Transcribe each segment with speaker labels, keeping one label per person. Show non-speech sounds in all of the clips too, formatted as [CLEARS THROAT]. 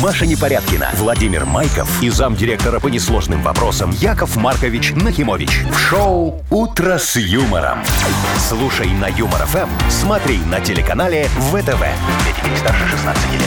Speaker 1: Маша Непорядкина, Владимир Майков и замдиректора по несложным вопросам Яков Маркович Нахимович. В шоу «Утро с юмором». Слушай на Юмор ФМ, смотри на телеканале ВТВ. Для детей старше 16 лет.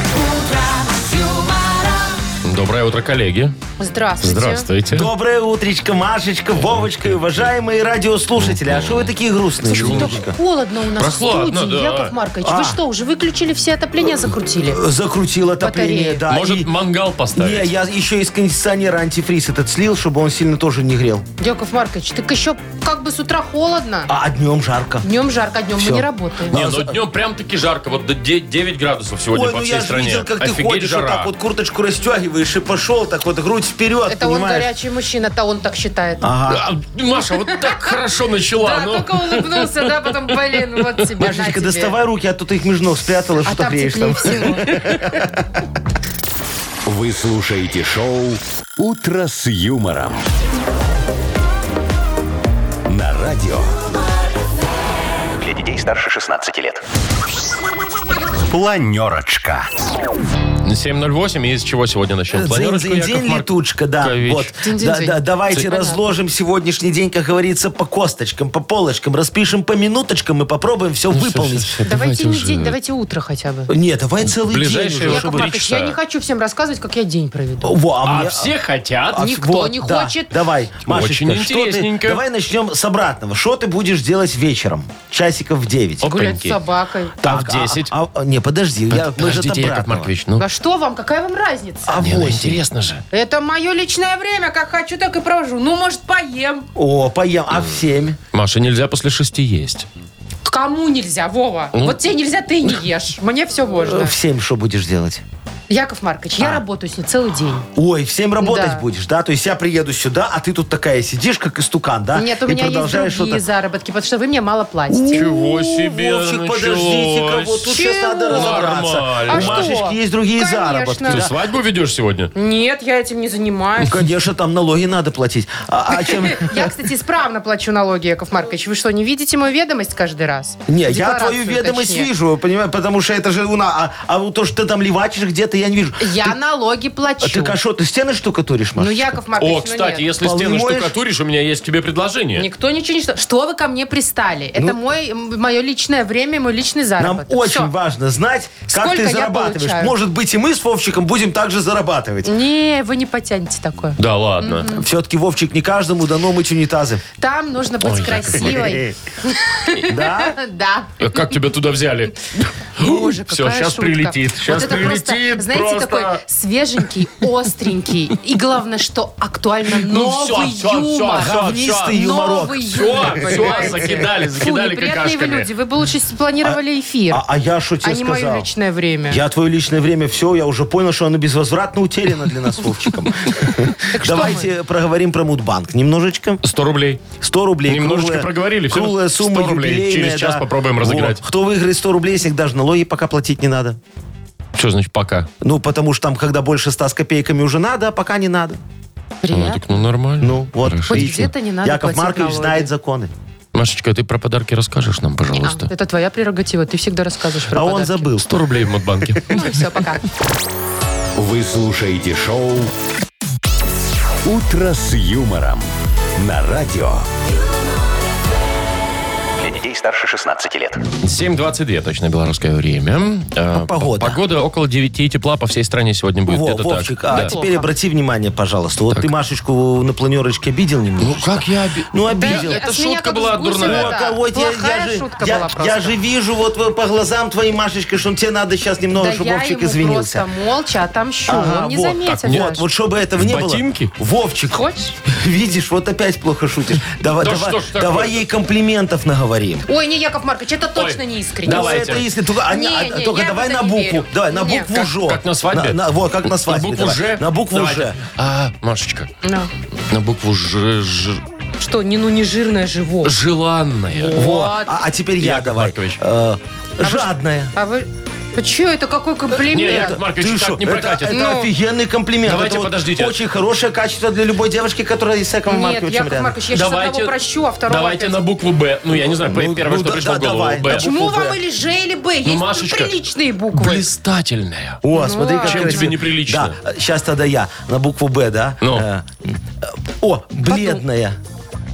Speaker 2: Доброе утро, коллеги.
Speaker 3: Здравствуйте.
Speaker 2: Здравствуйте.
Speaker 4: Доброе утречко, Машечка, Вовочка и уважаемые радиослушатели. А что вы такие грустные?
Speaker 3: Слушайте, так холодно у нас
Speaker 2: Прохладно,
Speaker 3: в студии,
Speaker 2: да.
Speaker 3: Яков Маркович. Вы
Speaker 4: А.
Speaker 3: что, уже выключили все отопления, закрутили?
Speaker 4: Закрутил отопление,
Speaker 3: Батареи.
Speaker 4: да.
Speaker 2: Может,
Speaker 4: и-
Speaker 2: мангал
Speaker 4: Не,
Speaker 2: поставить?
Speaker 4: я еще из кондиционера антифриз этот слил, чтобы он сильно тоже не грел.
Speaker 3: Яков Маркович, так еще как бы с утра холодно.
Speaker 4: А днем жарко.
Speaker 3: Днем жарко, а днем
Speaker 4: Всё.
Speaker 3: мы не работаем.
Speaker 2: Не, ну днем прям-таки жарко. Вот до де- 9 градусов сегодня
Speaker 4: Ой,
Speaker 2: по
Speaker 4: ну
Speaker 2: всей
Speaker 4: я же
Speaker 2: стране.
Speaker 4: видел, как ты
Speaker 2: Офигеть
Speaker 4: ходишь,
Speaker 2: жара.
Speaker 4: вот так вот курточку расстегиваешь и пошел, так вот грудь вперед,
Speaker 3: Это он
Speaker 4: понимаешь?
Speaker 3: горячий мужчина, то он так считает.
Speaker 2: А, Маша, вот так хорошо начала.
Speaker 3: да,
Speaker 2: ну.
Speaker 3: только улыбнулся, да, потом, блин, вот тебе, на
Speaker 4: Машечка,
Speaker 3: тебе.
Speaker 4: доставай руки, а то ты их между ног спрятала,
Speaker 3: А
Speaker 4: что
Speaker 3: там
Speaker 4: греешь
Speaker 3: теплее
Speaker 4: там.
Speaker 3: всего.
Speaker 1: Вы слушаете шоу «Утро с юмором». На радио. Для детей старше 16 лет. Планерочка.
Speaker 2: 7.08, и из чего сегодня начнем?
Speaker 4: День,
Speaker 2: Планерочку,
Speaker 4: день,
Speaker 2: Яков
Speaker 4: день
Speaker 2: Марк-
Speaker 4: летучка, да.
Speaker 2: Маркович.
Speaker 4: Вот.
Speaker 3: День, день,
Speaker 4: да,
Speaker 3: день.
Speaker 4: да, давайте
Speaker 2: День.
Speaker 4: разложим сегодняшний день, как говорится, по косточкам, по полочкам, распишем по минуточкам и попробуем
Speaker 2: Ну,
Speaker 4: все выполнить.
Speaker 3: Давайте не
Speaker 2: уже.
Speaker 3: день, давайте утро хотя бы.
Speaker 4: Не, давай целый
Speaker 2: Ближайшие
Speaker 4: день.
Speaker 2: вот
Speaker 4: уже,
Speaker 2: три
Speaker 3: Яков
Speaker 4: чтобы-
Speaker 3: Маркович,
Speaker 2: часа.
Speaker 3: я не хочу всем рассказывать, как я день проведу.
Speaker 4: Во, а
Speaker 2: А
Speaker 4: мне-
Speaker 2: все хотят.
Speaker 4: а,
Speaker 3: Никто
Speaker 4: вот,
Speaker 3: не
Speaker 4: да.
Speaker 3: хочет.
Speaker 4: Давай, Машечка,
Speaker 2: Очень
Speaker 4: что ты-
Speaker 2: интересненько.
Speaker 4: давай начнем с обратного. Что ты будешь делать вечером? Часиков в 9.
Speaker 2: Оп,
Speaker 3: Гулять с
Speaker 2: Опаньки.
Speaker 3: собакой.
Speaker 2: Так,
Speaker 4: Так, а-
Speaker 2: 10.
Speaker 4: а- а, не, подожди, я, мы же от
Speaker 2: Подождите, Яков
Speaker 4: обратного.
Speaker 2: Маркович, ну.
Speaker 3: А что вам, какая вам разница?
Speaker 4: А
Speaker 2: Не, ну
Speaker 4: восемь.
Speaker 2: интересно же.
Speaker 3: Это мое личное время, как хочу, так и провожу. Ну, может, поем.
Speaker 4: О, поем. А в 7?
Speaker 2: Маша, нельзя после шести есть.
Speaker 3: Кому нельзя, Вова?
Speaker 4: Ну.
Speaker 3: Вот тебе нельзя, ты не ешь. Мне все можно.
Speaker 4: В 7 что будешь делать?
Speaker 3: Яков Маркович,
Speaker 4: А.
Speaker 3: я работаю с ней целый день.
Speaker 4: Ой, в 7 работать
Speaker 3: Да.
Speaker 4: будешь, да? То есть я приеду сюда, а ты тут такая сидишь, как истукан, да?
Speaker 3: Нет, у
Speaker 4: А, И
Speaker 3: меня есть другие
Speaker 4: продолжаешь что-то-
Speaker 3: заработки, потому что вы мне мало платите.
Speaker 2: Чего
Speaker 4: Вовчик, подождите-ка, вот тут сейчас
Speaker 3: Чего?
Speaker 4: надо разобраться.
Speaker 2: Нормально.
Speaker 3: А
Speaker 4: У
Speaker 3: что?
Speaker 4: Машечки Э, есть другие
Speaker 3: Конечно.
Speaker 4: заработки.
Speaker 2: Ты
Speaker 3: Да.
Speaker 2: свадьбу ведешь сегодня?
Speaker 3: Нет, я этим не занимаюсь.
Speaker 4: Ну, Конечно, там налоги надо платить. А,
Speaker 3: [LAUGHS]
Speaker 4: а чем...
Speaker 3: Я, кстати, исправно плачу налоги, Яков Маркович. Вы что, не видите мою ведомость каждый раз?
Speaker 4: Не, я
Speaker 3: Декларацию,
Speaker 4: твою ведомость
Speaker 3: точнее.
Speaker 4: вижу, понимаю, потому что это же у нас... А, а вот то, что ты там левачишь где-то, я не вижу.
Speaker 3: Я налоги
Speaker 4: А
Speaker 3: плачу.
Speaker 4: ты а шо, ты стены штукатуришь, Маша?
Speaker 3: Ну, Яков Маркович,
Speaker 2: О,
Speaker 3: ну
Speaker 2: кстати,
Speaker 3: нет.
Speaker 2: если
Speaker 4: Полы
Speaker 2: стены
Speaker 4: моешь?
Speaker 2: штукатуришь, у меня есть к тебе предложение.
Speaker 3: Никто ничего не... что- Что вы ко мне пристали?
Speaker 2: Ну,
Speaker 3: Это мой, мое личное время, мой личный
Speaker 4: Нам
Speaker 3: заработок.
Speaker 4: очень
Speaker 3: Всё.
Speaker 4: важно знать, как
Speaker 3: Сколько
Speaker 4: ты
Speaker 3: я
Speaker 4: зарабатываешь.
Speaker 3: получаю?
Speaker 4: Может быть, и мы с Вовчиком будем также зарабатывать.
Speaker 3: Не, вы не потянете такое.
Speaker 2: Да ладно.
Speaker 4: Все-таки, Вовчик, не каждому дано мыть унитазы.
Speaker 3: Там нужно быть
Speaker 2: Ой, Яков
Speaker 3: красивой.
Speaker 4: Да?
Speaker 3: Да.
Speaker 2: А Как тебя туда
Speaker 3: [LAUGHS]
Speaker 2: взяли?
Speaker 3: Боже,
Speaker 2: Все,
Speaker 3: какая
Speaker 2: сейчас
Speaker 3: шутка.
Speaker 2: прилетит. Сейчас
Speaker 3: вот это
Speaker 2: прилетит.
Speaker 3: просто, знаете,
Speaker 2: просто.
Speaker 3: такой
Speaker 2: [LAUGHS]
Speaker 3: свеженький, остренький и, главное, что актуально новый
Speaker 2: Ну, всё, всё,
Speaker 3: Ну, юмор.
Speaker 2: всё,
Speaker 4: Говнистый
Speaker 2: всё.
Speaker 4: юморок.
Speaker 3: Новый юмор,
Speaker 2: Все, все,
Speaker 3: понимаете?
Speaker 2: закидали,
Speaker 3: Фу,
Speaker 2: закидали
Speaker 3: неприятные вы люди.
Speaker 2: какашками. А,
Speaker 3: Вы бы лучше спланировали эфир,
Speaker 4: А, а я что
Speaker 3: а
Speaker 4: тебе
Speaker 3: не мое
Speaker 4: сказал?
Speaker 3: личное время.
Speaker 4: Я твое личное время, все, я уже понял, что оно безвозвратно утеряно для нас с Вовчиком.
Speaker 3: [LAUGHS] Так что
Speaker 4: Давайте проговорим про Мудбанк немножечко.
Speaker 2: 100 рублей.
Speaker 4: 100 рублей.
Speaker 2: Немножечко
Speaker 4: круглая-
Speaker 2: проговорили, всё.
Speaker 4: Круглая
Speaker 2: 100
Speaker 4: сумма
Speaker 2: рублей.
Speaker 4: юбилейная,
Speaker 2: Через час
Speaker 4: да.
Speaker 2: попробуем
Speaker 4: Вот.
Speaker 2: разыграть.
Speaker 4: Кто выиграет 100 рублей, с них даже налоги пока платить не надо.
Speaker 2: Что значит пока?
Speaker 4: Ну, потому что там, когда больше 100 с копейками уже надо, а пока не надо.
Speaker 2: Ну,
Speaker 3: Приятно.
Speaker 2: так ну нормально.
Speaker 4: Ну, вот.
Speaker 2: Хорошо.
Speaker 3: Хоть
Speaker 4: видите.
Speaker 3: где-то не надо
Speaker 4: Яков
Speaker 3: платить
Speaker 4: Маркович
Speaker 3: налоги.
Speaker 4: знает законы. А
Speaker 2: Машечка, а ты про подарки расскажешь нам,
Speaker 3: А,
Speaker 2: пожалуйста?
Speaker 3: это твоя прерогатива, ты всегда рассказываешь про
Speaker 4: а он
Speaker 3: подарки.
Speaker 4: забыл.
Speaker 2: 100 рублей в
Speaker 4: [LAUGHS]
Speaker 2: Модбанке.
Speaker 3: Ну все, пока.
Speaker 1: Вы слушаете шоу «Утро с юмором» на радио. Для детей старше 16 лет.
Speaker 2: 7.22 точно белорусское время. Э,
Speaker 4: погода.
Speaker 2: п- Погода около 9 тепла по всей стране сегодня будет.
Speaker 4: Во,
Speaker 2: Где-то так.
Speaker 4: Вовчик, а
Speaker 2: Да.
Speaker 4: теперь обрати внимание, пожалуйста. Вот ты Машечку на планерочке обидел
Speaker 2: Ну
Speaker 4: немного?
Speaker 2: как я... оби-
Speaker 4: Ну,
Speaker 3: Да,
Speaker 4: обидел.
Speaker 3: и
Speaker 2: Это
Speaker 3: от меня
Speaker 2: шутка
Speaker 3: как
Speaker 2: была
Speaker 3: с гусем,
Speaker 2: дурная.
Speaker 3: да.
Speaker 4: Ну, а кого я,
Speaker 3: Плохая
Speaker 4: я же,
Speaker 3: шутка
Speaker 4: я,
Speaker 3: была просто.
Speaker 4: я же вижу вот вы- по глазам твоей Машечки, что тебе надо сейчас немного,
Speaker 3: да
Speaker 4: чтобы
Speaker 3: я
Speaker 4: Вовчик
Speaker 3: ему
Speaker 4: извинился.
Speaker 3: просто молча отомщу.
Speaker 4: Ага,
Speaker 3: он не
Speaker 4: вот.
Speaker 3: заметил.
Speaker 4: Так, вот,
Speaker 3: даже.
Speaker 4: вот чтобы этого
Speaker 2: В
Speaker 4: не
Speaker 2: ботинки?
Speaker 4: было. Вовчик,
Speaker 3: Хочешь?
Speaker 4: [LAUGHS] видишь, вот опять плохо шутишь. Давай,
Speaker 2: Да что
Speaker 4: давай,
Speaker 2: ж такое?
Speaker 4: давай ей комплиментов наговорим.
Speaker 3: Ой, не, Яков Маркович, это точно
Speaker 2: Ой,
Speaker 3: не искренне.
Speaker 2: давай. Давайте.
Speaker 4: Ну, это если только, а не- а
Speaker 3: Не, не,
Speaker 4: только
Speaker 3: я в
Speaker 4: давай
Speaker 3: это
Speaker 4: на
Speaker 3: не
Speaker 4: букву,
Speaker 3: верю.
Speaker 4: давай на
Speaker 3: Не.
Speaker 4: букву
Speaker 3: Как-
Speaker 4: «Ж».
Speaker 2: как на свадьбе?
Speaker 4: На- на- вот как на свадьбе.
Speaker 2: На букву
Speaker 4: давай.
Speaker 2: «Ж».
Speaker 4: На букву
Speaker 2: Давайте.
Speaker 4: «Ж».
Speaker 2: А, Машечка,
Speaker 3: На.
Speaker 2: на букву «Ж». ж-
Speaker 3: Что, не, ну не жирное живо.
Speaker 2: желанная.
Speaker 4: Во. А, а теперь я
Speaker 2: Яков
Speaker 4: давай.
Speaker 2: Маркович.
Speaker 4: Э, жадная.
Speaker 3: А вы... Че это какой
Speaker 2: Не,
Speaker 3: комплимент?
Speaker 2: Яков Маркович,
Speaker 4: Ты
Speaker 2: так
Speaker 4: шо,
Speaker 2: не
Speaker 4: это-
Speaker 2: прокатит.
Speaker 4: Это,
Speaker 3: Ну.
Speaker 4: офигенный комплимент.
Speaker 2: Давайте,
Speaker 4: Это вот
Speaker 2: подождите.
Speaker 4: Очень хорошее качество для любой девушки, которая с Яковом
Speaker 3: Нет,
Speaker 4: Марковичем
Speaker 3: Яков
Speaker 4: рядом.
Speaker 3: Маркович, я сейчас одного прощу, а второго
Speaker 2: давайте
Speaker 3: опять.
Speaker 2: на букву Б. Ну, я не знаю,
Speaker 4: Ну,
Speaker 2: первое,
Speaker 4: ну,
Speaker 2: что
Speaker 4: да,
Speaker 2: пришло
Speaker 4: да,
Speaker 2: в голову.
Speaker 4: давай,
Speaker 2: Б.
Speaker 4: да,
Speaker 3: Почему
Speaker 4: букву
Speaker 3: вам
Speaker 4: «Б».
Speaker 3: или Ж, или Б? Есть
Speaker 2: Машечка,
Speaker 3: приличные буквы.
Speaker 2: Блистательная.
Speaker 4: О, смотри,
Speaker 3: ну,
Speaker 4: как
Speaker 2: Чем
Speaker 4: красиво.
Speaker 2: тебе неприлично?
Speaker 4: Да, сейчас тогда я на букву Б, да?
Speaker 2: Ну.
Speaker 4: Э, О, бледная.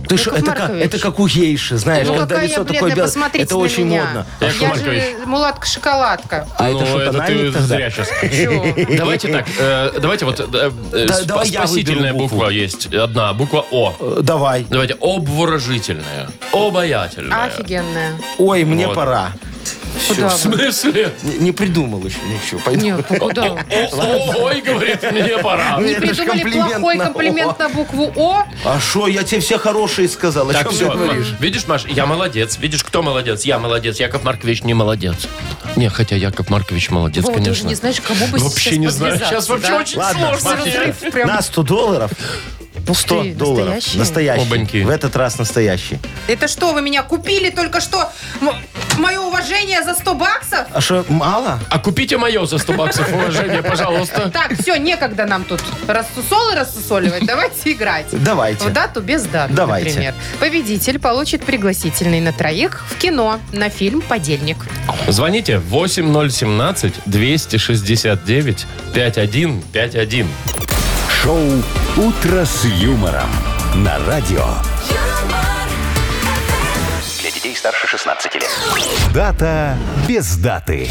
Speaker 4: Ты что,
Speaker 3: Яков
Speaker 4: это как,
Speaker 3: Маркович.
Speaker 4: это как у гейши, знаешь,
Speaker 3: Ну
Speaker 4: когда
Speaker 3: какая
Speaker 4: лицо
Speaker 3: я
Speaker 4: такое
Speaker 3: бледная,
Speaker 4: белое.
Speaker 3: посмотрите
Speaker 4: Это
Speaker 3: на
Speaker 4: очень
Speaker 3: меня.
Speaker 4: модно.
Speaker 3: Я
Speaker 2: Яков Маркович.
Speaker 3: же мулатка-шоколадка.
Speaker 4: А это
Speaker 2: ну,
Speaker 4: что,
Speaker 2: это ты
Speaker 4: тональник тогда?
Speaker 2: зря сейчас.
Speaker 4: [LAUGHS]
Speaker 3: Чё?
Speaker 2: Давайте так, э, давайте вот э, э,
Speaker 4: Да,
Speaker 2: спа-
Speaker 4: давай я
Speaker 2: спасительная
Speaker 4: выберу букву.
Speaker 2: буква есть одна, буква О.
Speaker 4: Э, Давай.
Speaker 2: Давайте обворожительная, обаятельная.
Speaker 3: Офигенная.
Speaker 4: Ой, мне
Speaker 2: Вот.
Speaker 4: пора.
Speaker 3: Куда
Speaker 2: В
Speaker 3: вы?
Speaker 2: смысле?
Speaker 4: Не, не придумал еще ничего. Пойду.
Speaker 3: Нет, ну куда вы?
Speaker 4: Э,
Speaker 2: О, о, Ой, говорит, мне пора.
Speaker 3: Не
Speaker 4: это ж
Speaker 3: придумали
Speaker 4: комплимент
Speaker 3: плохой
Speaker 4: на «О».
Speaker 3: комплимент на букву О?
Speaker 4: А что, я тебе все хорошие сказал. О
Speaker 2: Так,
Speaker 4: чем
Speaker 2: все.
Speaker 4: ты говоришь?
Speaker 2: Видишь, Маш, я молодец. Видишь, кто молодец? Я молодец. Яков Маркович не молодец. Не, хотя Яков Маркович молодец,
Speaker 3: Вова, ты уже
Speaker 2: конечно.
Speaker 3: не знаешь, к кому бы
Speaker 2: Вообще
Speaker 3: сейчас
Speaker 2: не знаю.
Speaker 3: подвязаться,
Speaker 2: Сейчас вообще
Speaker 3: да?
Speaker 2: очень
Speaker 4: Ладно,
Speaker 2: сложно.
Speaker 4: Машечка,
Speaker 3: Разрыв прям.
Speaker 4: на 100 долларов. 100
Speaker 3: ты,
Speaker 4: долларов.
Speaker 3: настоящие?
Speaker 4: Настоящий.
Speaker 2: Обаньки.
Speaker 4: В этот раз настоящий.
Speaker 3: Это что, вы меня купили только что? М- Мое уважение за 100 баксов?
Speaker 4: А что, мало?
Speaker 2: А купите мое за 100 баксов, уважение, пожалуйста.
Speaker 3: Так, все, некогда нам тут рассусолы рассусоливать. Давайте играть.
Speaker 4: Давайте.
Speaker 3: В дату без даты,
Speaker 4: Давайте.
Speaker 3: например. Победитель получит пригласительный на троих в кино на фильм «Подельник».
Speaker 2: Звоните 8017-269-5151.
Speaker 1: Шоу «Утро с юмором» на радио.
Speaker 5: юмор,
Speaker 6: Для детей старше 16 лет.
Speaker 1: Дата без даты.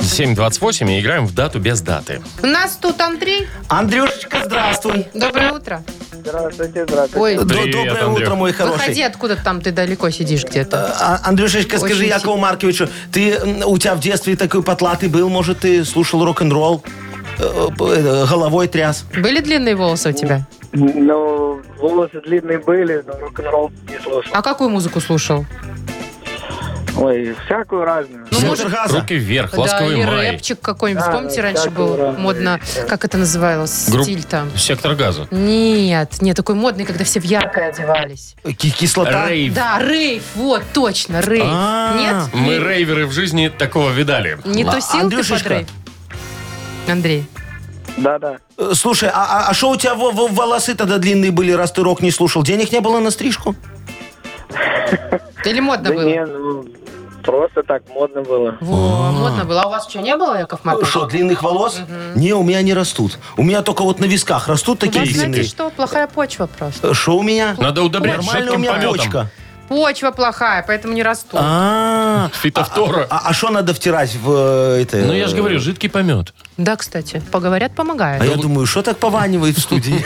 Speaker 2: 7.28 и играем в дату без даты.
Speaker 3: У нас тут Андрей.
Speaker 4: Андрюшечка, здравствуй.
Speaker 3: Доброе утро.
Speaker 7: Здравствуйте, здравствуйте.
Speaker 3: Ой,
Speaker 4: Д-
Speaker 2: Привет,
Speaker 4: Доброе
Speaker 2: Андрюх.
Speaker 4: утро, мой хороший.
Speaker 3: выходи, откуда там ты далеко сидишь где-то.
Speaker 4: А, Андрюшечка,
Speaker 3: Очень
Speaker 4: скажи
Speaker 3: си-
Speaker 4: Якову Марковичу, ты, м, у тебя в детстве такой потлатый был, может, ты слушал рок-н-ролл, Э, э, э, головой тряс?
Speaker 3: Были длинные волосы у тебя?
Speaker 7: Ну, волосы длинные были, но рок-н-ролл не слушал.
Speaker 3: А какую музыку слушал?
Speaker 7: Ой, всякую разную.
Speaker 3: Ну, может,
Speaker 4: газа.
Speaker 2: Руки вверх,
Speaker 3: да,
Speaker 2: ласковый
Speaker 3: и
Speaker 2: май.
Speaker 3: рэпчик какой-нибудь.
Speaker 7: Да,
Speaker 3: Помните,
Speaker 7: да,
Speaker 3: раньше
Speaker 7: всякого
Speaker 3: был
Speaker 7: разного
Speaker 3: модно,
Speaker 7: есть, да.
Speaker 3: как это называлось,
Speaker 2: Групп-
Speaker 3: стиль там.
Speaker 2: Сектор газа.
Speaker 3: Нет, нет, такой модный, когда все в яркое одевались.
Speaker 4: Э, Ки- Кислота?
Speaker 2: Рейв.
Speaker 3: Да, рейв, вот, точно, рейв.
Speaker 4: А.
Speaker 3: Нет?
Speaker 2: Мы рейверы в жизни такого видали.
Speaker 3: Не
Speaker 4: А,
Speaker 3: тусил ты под
Speaker 4: Андрюшечка?
Speaker 3: рейв? Андрей.
Speaker 7: Да-да.
Speaker 4: Э, Слушай, а что у тебя во- во- волосы тогда длинные были, раз ты рок не слушал? Денег не было на стрижку?
Speaker 3: Или модно
Speaker 7: Да
Speaker 3: было?
Speaker 7: не, ну, просто так модно было.
Speaker 3: Во, модно было. А у вас что, не было, Яков Маркович?
Speaker 4: Что, длинных волос? Не, у меня не растут. У меня только вот на висках растут
Speaker 3: У
Speaker 4: такие
Speaker 3: вас, знаете
Speaker 4: длинные.
Speaker 3: что, плохая почва просто.
Speaker 4: Что у меня?
Speaker 2: Надо удобрять
Speaker 4: Нормальная у
Speaker 2: жидким
Speaker 4: меня
Speaker 2: пометом.
Speaker 4: почка.
Speaker 3: Почва плохая, поэтому не растут.
Speaker 4: А,
Speaker 2: Фитофтора.
Speaker 4: а что надо втирать в э, это?
Speaker 2: Ну, я же говорю, жидкий помет.
Speaker 3: Да, кстати, поговорят, помогает.
Speaker 4: А я думаю, что так пованивает
Speaker 3: [LAUGHS]
Speaker 4: в студии?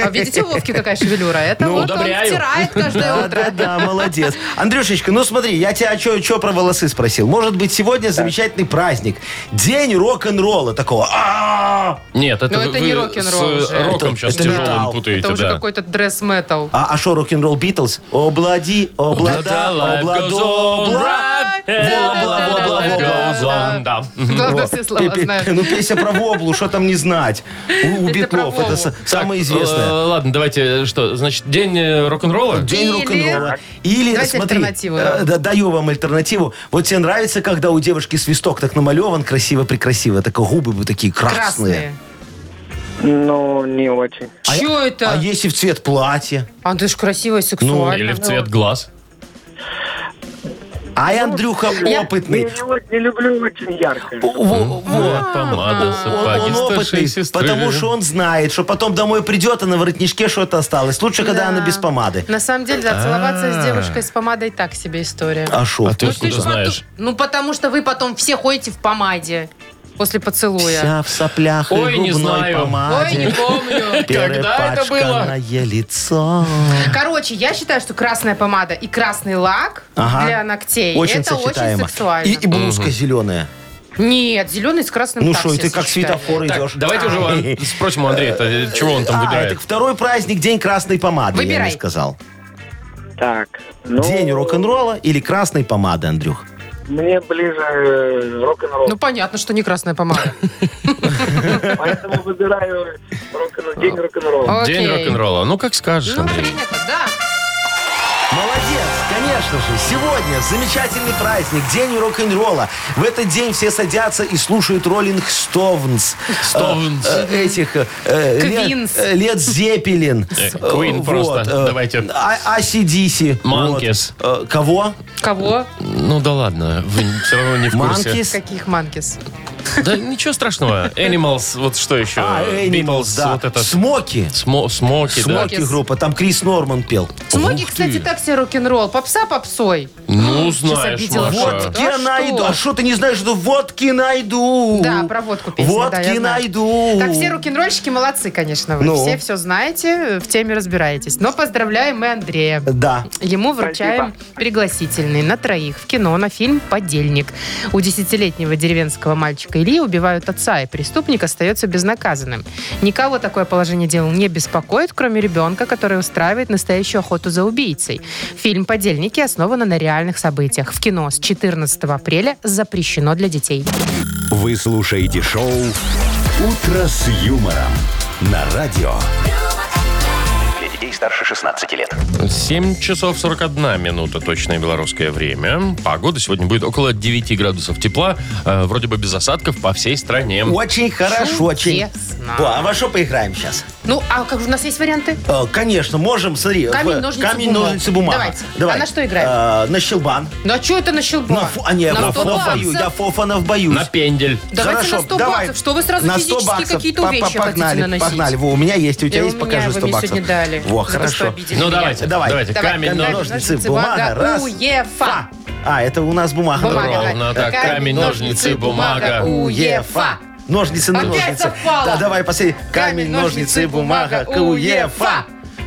Speaker 3: А видите, у Вовки какая шевелюра? Это
Speaker 2: Ну,
Speaker 3: вот
Speaker 2: удобряю.
Speaker 3: он втирает каждое
Speaker 4: Да,
Speaker 3: утро.
Speaker 4: да, да, молодец. Андрюшечка, ну смотри, я тебя что про волосы спросил. Может быть, сегодня замечательный праздник. День рок-н-ролла такого. А
Speaker 2: Нет, это,
Speaker 3: Ну, это
Speaker 2: вы
Speaker 3: не рок-н-ролл
Speaker 2: с э,
Speaker 3: уже.
Speaker 2: роком
Speaker 4: Это-
Speaker 2: сейчас
Speaker 4: это
Speaker 2: тяжелым
Speaker 4: металл.
Speaker 2: путаете.
Speaker 3: Это уже
Speaker 2: да. [LAUGHS]
Speaker 3: какой-то дресс-метал.
Speaker 4: а что рок-н-ролл Битлз? Облади, облада,
Speaker 2: Life goes
Speaker 4: обладо,
Speaker 2: on,
Speaker 4: бла.
Speaker 2: right? Wobble, wobble,
Speaker 4: да, да,
Speaker 2: wobble
Speaker 4: да,
Speaker 2: goes on, да.
Speaker 3: Главное, все слова
Speaker 4: Пе- пе-
Speaker 3: знают.
Speaker 4: Ну, песня про воблу, что там не знать. У, у
Speaker 3: Это
Speaker 4: Битлов,
Speaker 3: про Вову.
Speaker 4: это с- самое
Speaker 2: Так, э,
Speaker 4: известное.
Speaker 2: Ладно, давайте, что, значит, день э, рок-н-ролла?
Speaker 4: День
Speaker 3: Или-
Speaker 4: рок-н-ролла. Или,
Speaker 3: Давайте
Speaker 4: смотри,
Speaker 3: альтернативу, да.
Speaker 4: э, да, даю вам альтернативу. Вот тебе нравится, когда у девушки свисток так намалеван, красиво-прекрасиво, так губы бы такие красные.
Speaker 3: Красные.
Speaker 7: Ну, не очень.
Speaker 3: Чё это?
Speaker 4: А если в цвет платья?
Speaker 3: А ты ж красивая, сексуальная.
Speaker 2: Ну,
Speaker 3: ну.
Speaker 2: Или в цвет глаз?
Speaker 4: Ай, А
Speaker 3: Ну,
Speaker 4: Андрюха
Speaker 7: Не,
Speaker 4: опытный.
Speaker 7: не о- не люблю очень ярко.
Speaker 3: А,
Speaker 4: Во-
Speaker 2: Ну,
Speaker 4: во.
Speaker 2: Помада,
Speaker 4: Он,
Speaker 2: сапоги
Speaker 4: он
Speaker 2: старшей
Speaker 4: опытный,
Speaker 2: сестры.
Speaker 4: потому что он знает, что потом домой придет, а на воротничке что-то осталось. Лучше, когда
Speaker 3: Да.
Speaker 4: она без помады.
Speaker 3: На самом деле, да, целоваться с девушкой с помадой так себе история.
Speaker 4: А шо?
Speaker 2: А ты
Speaker 3: Ну,
Speaker 2: откуда
Speaker 3: ж потом-
Speaker 2: знаешь?
Speaker 3: Ну, потому что вы потом все ходите в помаде после поцелуя.
Speaker 4: Вся в соплях и
Speaker 2: Ой, не
Speaker 4: губной
Speaker 2: знаю.
Speaker 3: Ой, не
Speaker 4: помаде.
Speaker 3: помню.
Speaker 2: Когда это было?
Speaker 4: Перепачканное лицо.
Speaker 3: Короче, я считаю, что красная помада и красный лак
Speaker 4: Ага.
Speaker 3: для ногтей
Speaker 4: Очень
Speaker 3: это
Speaker 4: сочетаемо.
Speaker 3: очень сексуально.
Speaker 4: И, и блузка зеленая.
Speaker 3: Нет, зеленый с красным
Speaker 4: Ну
Speaker 3: так
Speaker 4: что,
Speaker 3: все
Speaker 4: ты как
Speaker 3: сочетают.
Speaker 4: светофор
Speaker 2: Так,
Speaker 4: идешь.
Speaker 2: давайте уже
Speaker 4: [LAUGHS]
Speaker 2: вам спросим у Андрея, это чего он там
Speaker 4: А,
Speaker 2: выбирает.
Speaker 4: так второй праздник, день красной помады, я
Speaker 3: Выбирай.
Speaker 4: не сказал.
Speaker 7: Так, ну...
Speaker 4: День рок-н-ролла или красной помады, Андрюх?
Speaker 7: Мне ближе э, рок-н-ролл.
Speaker 3: Ну, понятно, что не красная помада.
Speaker 7: Поэтому выбираю рок-н- день рок-н-ролла.
Speaker 2: [LAUGHS]
Speaker 3: О,
Speaker 2: День
Speaker 3: окей.
Speaker 2: рок-н-ролла. Ну, как скажешь,
Speaker 3: Ну,
Speaker 2: Андрей.
Speaker 3: принято, да.
Speaker 4: Молодец, конечно же. Сегодня замечательный праздник, день рок-н-ролла. В этот день все садятся и слушают Роллинг Стоунс.
Speaker 2: Стоунс.
Speaker 4: Э, э, Этих... э, э,
Speaker 3: Квинс.
Speaker 4: Лед- э, Лед Зеппелин.
Speaker 2: Э,
Speaker 4: Э,
Speaker 2: Квин просто. Давайте.
Speaker 4: А, Аси Диси. Э,
Speaker 2: Манкис.
Speaker 4: Кого?
Speaker 3: Кого?
Speaker 2: Ну да ладно, вы все равно не в курсе.
Speaker 4: Манкис?
Speaker 3: Каких манкис?
Speaker 2: Да ничего страшного. Animals, вот что еще?
Speaker 4: А, Animals,
Speaker 2: э, Beatles,
Speaker 4: да.
Speaker 2: вот это.
Speaker 4: Смоки.
Speaker 2: Смо- Смоки, да.
Speaker 4: Смоки группа. Там Крис Норман пел.
Speaker 3: Смоги,
Speaker 2: Ух ты.
Speaker 3: кстати, так себе рок-н-ролл. Попса попсой.
Speaker 2: Ну,
Speaker 3: Сейчас
Speaker 2: знаешь,
Speaker 3: обидела.
Speaker 2: Маша.
Speaker 3: Вот.
Speaker 4: Водки
Speaker 3: Да
Speaker 4: найду.
Speaker 3: что?
Speaker 4: А что ты не знаешь, что водки найду?
Speaker 3: Да, про водку песня. да, я
Speaker 4: Водки
Speaker 3: знаю.
Speaker 4: найду.
Speaker 3: Так все рок-н-ролльщики молодцы, конечно. Вы
Speaker 4: Ну.
Speaker 3: все все знаете, в теме разбираетесь. Но поздравляем мы Андрея.
Speaker 4: Да.
Speaker 3: Ему вручаем пригласительный на троих в кино на фильм «Подельник». У десятилетнего деревенского мальчика Ильи убивают отца, и преступник остается безнаказанным. Никого такое положение дел не беспокоит, кроме ребенка, который устраивает настоящую охоту за убийцей. Фильм «Подельники» основан на реальных событиях. В кино с 14 апреля запрещено для детей.
Speaker 1: Вы слушаете шоу «Утро с юмором» на радио.
Speaker 6: Для детей старше 16 лет.
Speaker 2: 7 часов 41 минута, точное белорусское время. Погода сегодня будет около 9 градусов тепла, э, вроде бы без осадков по всей стране.
Speaker 4: Очень хорошо, очень.
Speaker 3: Чудесно.
Speaker 4: Во, а во что поиграем сейчас?
Speaker 3: Ну, а как же у нас есть варианты?
Speaker 4: Конечно, можем, смотри.
Speaker 3: Камень,
Speaker 4: в-
Speaker 3: ножницы,
Speaker 4: камень,
Speaker 3: бумага.
Speaker 4: ножницы, бумага.
Speaker 3: Давайте.
Speaker 4: Давай.
Speaker 3: А на что играем?
Speaker 4: А, на щелбан.
Speaker 3: Ну, а что это на щелбан?
Speaker 4: На фо- а, не, я
Speaker 3: сто
Speaker 4: фофана
Speaker 3: баксов?
Speaker 4: боюсь. Я фофанов боюсь.
Speaker 2: На пендель.
Speaker 3: Давайте
Speaker 4: Хорошо,
Speaker 3: на 100
Speaker 4: давай.
Speaker 3: баксов. Что вы сразу
Speaker 4: На 100
Speaker 3: физически
Speaker 4: баксов.
Speaker 3: какие-то
Speaker 4: Па-
Speaker 3: увечья
Speaker 4: па- погнали,
Speaker 3: хотите наносить?
Speaker 4: Погнали. Во, у меня есть, у
Speaker 3: И
Speaker 4: тебя
Speaker 3: у
Speaker 4: есть,
Speaker 3: меня
Speaker 4: покажи
Speaker 3: вы
Speaker 4: 100
Speaker 3: мне
Speaker 4: баксов.
Speaker 3: сегодня дали. За
Speaker 4: Во,
Speaker 3: то, что
Speaker 4: хорошо.
Speaker 3: обидели
Speaker 2: Ну
Speaker 3: меня.
Speaker 2: давайте,
Speaker 4: Давай.
Speaker 2: давайте,
Speaker 3: Давай,
Speaker 2: камень,
Speaker 3: камень,
Speaker 2: нож.
Speaker 3: ножницы,
Speaker 4: Ножницы, бумага.
Speaker 3: бумага,
Speaker 4: Раз.
Speaker 3: уефа.
Speaker 4: Фа. А, это у нас бумага.
Speaker 3: Бумага.
Speaker 4: Здорово.
Speaker 2: Ровно
Speaker 3: давай.
Speaker 2: так, камень, ножницы, бумага.
Speaker 3: УЕФА.
Speaker 4: Ножницы на
Speaker 3: Опять
Speaker 4: ножницы.
Speaker 3: совпало.
Speaker 4: Да, давай, последний. Камень,
Speaker 3: Камень,
Speaker 4: ножницы,
Speaker 3: ножницы,
Speaker 4: бумага.
Speaker 3: бумага.
Speaker 4: УЕФА.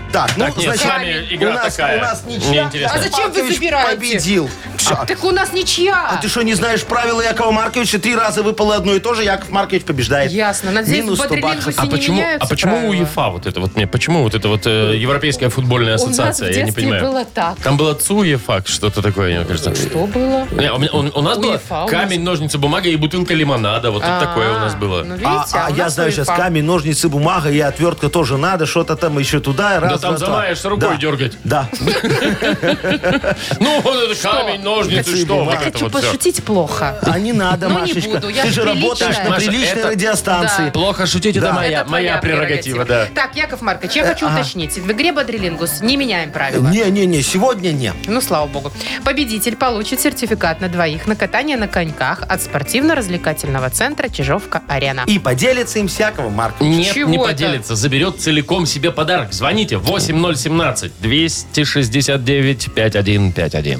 Speaker 4: Так, ну,
Speaker 2: Так, нет,
Speaker 4: значит,
Speaker 2: с вами игра
Speaker 4: у нас,
Speaker 2: такая.
Speaker 4: у нас ничья.
Speaker 2: Неинтересно.
Speaker 3: А зачем вы
Speaker 4: Маркович
Speaker 3: забираете? А
Speaker 4: победил. Все.
Speaker 3: Так у нас ничья.
Speaker 4: А ты что, не знаешь правила Якова Марковича? Три раза выпало одно и то же, Яков Маркович побеждает.
Speaker 3: Ясно. Надеюсь,
Speaker 4: Минус
Speaker 3: в
Speaker 4: 100 баксов.
Speaker 3: бодрилингусе не
Speaker 2: почему, а
Speaker 3: меняются
Speaker 2: почему
Speaker 3: правила?
Speaker 2: УЕФА вот это вот мне? Почему вот это вот э, Европейская футбольная
Speaker 3: У нас в
Speaker 2: ассоциация? Я не
Speaker 3: детстве
Speaker 2: понимаю.
Speaker 3: было так.
Speaker 2: Там было ЦУЕФА, что-то такое, мне кажется.
Speaker 3: Что было?
Speaker 2: Не, у, меня- у- у нас было
Speaker 3: УЕФА у нас.
Speaker 2: камень, ножницы, бумага и бутылка лимонада. Вот это такое у нас было.
Speaker 3: Ну,
Speaker 4: А,
Speaker 3: видите,
Speaker 4: а
Speaker 3: у
Speaker 4: я
Speaker 3: нас
Speaker 4: знаю,
Speaker 3: УЕФА.
Speaker 4: сейчас камень, ножницы, бумага и отвертка тоже надо. Что-то там еще туда. Раз,
Speaker 2: там
Speaker 4: раз, два.
Speaker 2: замаешься рукой
Speaker 4: Да.
Speaker 2: дергать.
Speaker 4: Да.
Speaker 2: Ну, вот это камень, ножницы, что?
Speaker 3: Я
Speaker 2: Вот это
Speaker 3: хочу
Speaker 2: вот всё.
Speaker 3: пошутить плохо.
Speaker 4: А не
Speaker 3: [LAUGHS]
Speaker 4: надо,
Speaker 3: Ну, не
Speaker 4: Машечка.
Speaker 3: буду, я
Speaker 4: Ты
Speaker 3: ж
Speaker 4: же
Speaker 3: приличная.
Speaker 4: работаешь на
Speaker 2: Маша,
Speaker 4: приличной
Speaker 2: это-
Speaker 4: радиостанции.
Speaker 2: Плохо шутить, это
Speaker 4: Да.
Speaker 2: моя,
Speaker 3: Это
Speaker 2: моя
Speaker 3: твоя
Speaker 2: прерогатива, да. А,
Speaker 3: Так, Яков Маркович, я хочу уточнить. В игре Бодрилингус не меняем правила.
Speaker 4: Не-не-не, сегодня не.
Speaker 3: Ну, слава богу. Победитель получит сертификат на двоих на катание на коньках от спортивно-развлекательного центра Чижовка-Арена.
Speaker 4: И поделится им всякого, Марк.
Speaker 2: Нет,
Speaker 3: Чего
Speaker 2: не
Speaker 3: это?
Speaker 2: поделится. Заберет целиком себе подарок. Звоните 8017-269-5151.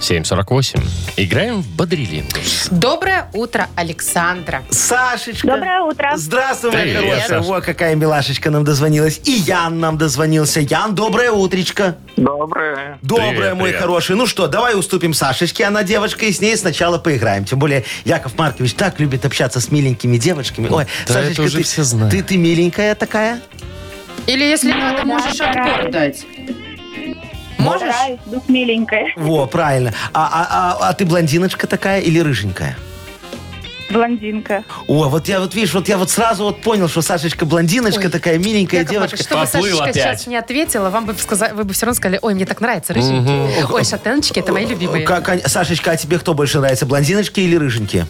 Speaker 2: 748. Играем в Бодрилингус.
Speaker 3: Доброе утро, Александра.
Speaker 4: Сашечка.
Speaker 5: Доброе утро.
Speaker 4: Здравствуй, моя
Speaker 2: Привет,
Speaker 4: хорошая.
Speaker 2: Саш.
Speaker 4: Во, какая милашечка нам дозвонилась. И Ян нам дозвонился. Ян, доброе утречко.
Speaker 7: Доброе.
Speaker 4: Доброе,
Speaker 2: Привет,
Speaker 4: мой
Speaker 2: привет.
Speaker 4: хороший. Ну что, давай уступим Сашечке. Она девочка, и с ней сначала поиграем. Тем более, Яков Маркович так любит общаться с миленькими девочками. Ой,
Speaker 2: Да,
Speaker 4: Сашечка,
Speaker 2: это уже
Speaker 4: ты,
Speaker 2: все знают.
Speaker 4: Ты, ты миленькая такая?
Speaker 3: Или, если надо, можешь отпор дать. Можешь?
Speaker 5: Стараюсь, быть миленькая.
Speaker 4: Во, правильно. А, а- а- а ты блондиночка такая или рыженькая?
Speaker 5: Блондинка.
Speaker 4: О, вот я вот, видишь, вот я вот сразу вот понял, что Сашечка блондиночка
Speaker 3: Ой,
Speaker 4: такая миленькая
Speaker 3: Яков
Speaker 4: девочка.
Speaker 3: Маркович, чтобы
Speaker 2: Поплыл
Speaker 3: Сашечка
Speaker 2: опять.
Speaker 3: сейчас не ответила, вам бы сказа- вы бы все равно сказали, ой, мне так нравится, рыженькие. Ой, шатеночки, это мои любимые.
Speaker 4: Как они- Сашечка, а тебе кто больше нравится, блондиночки или рыженькие?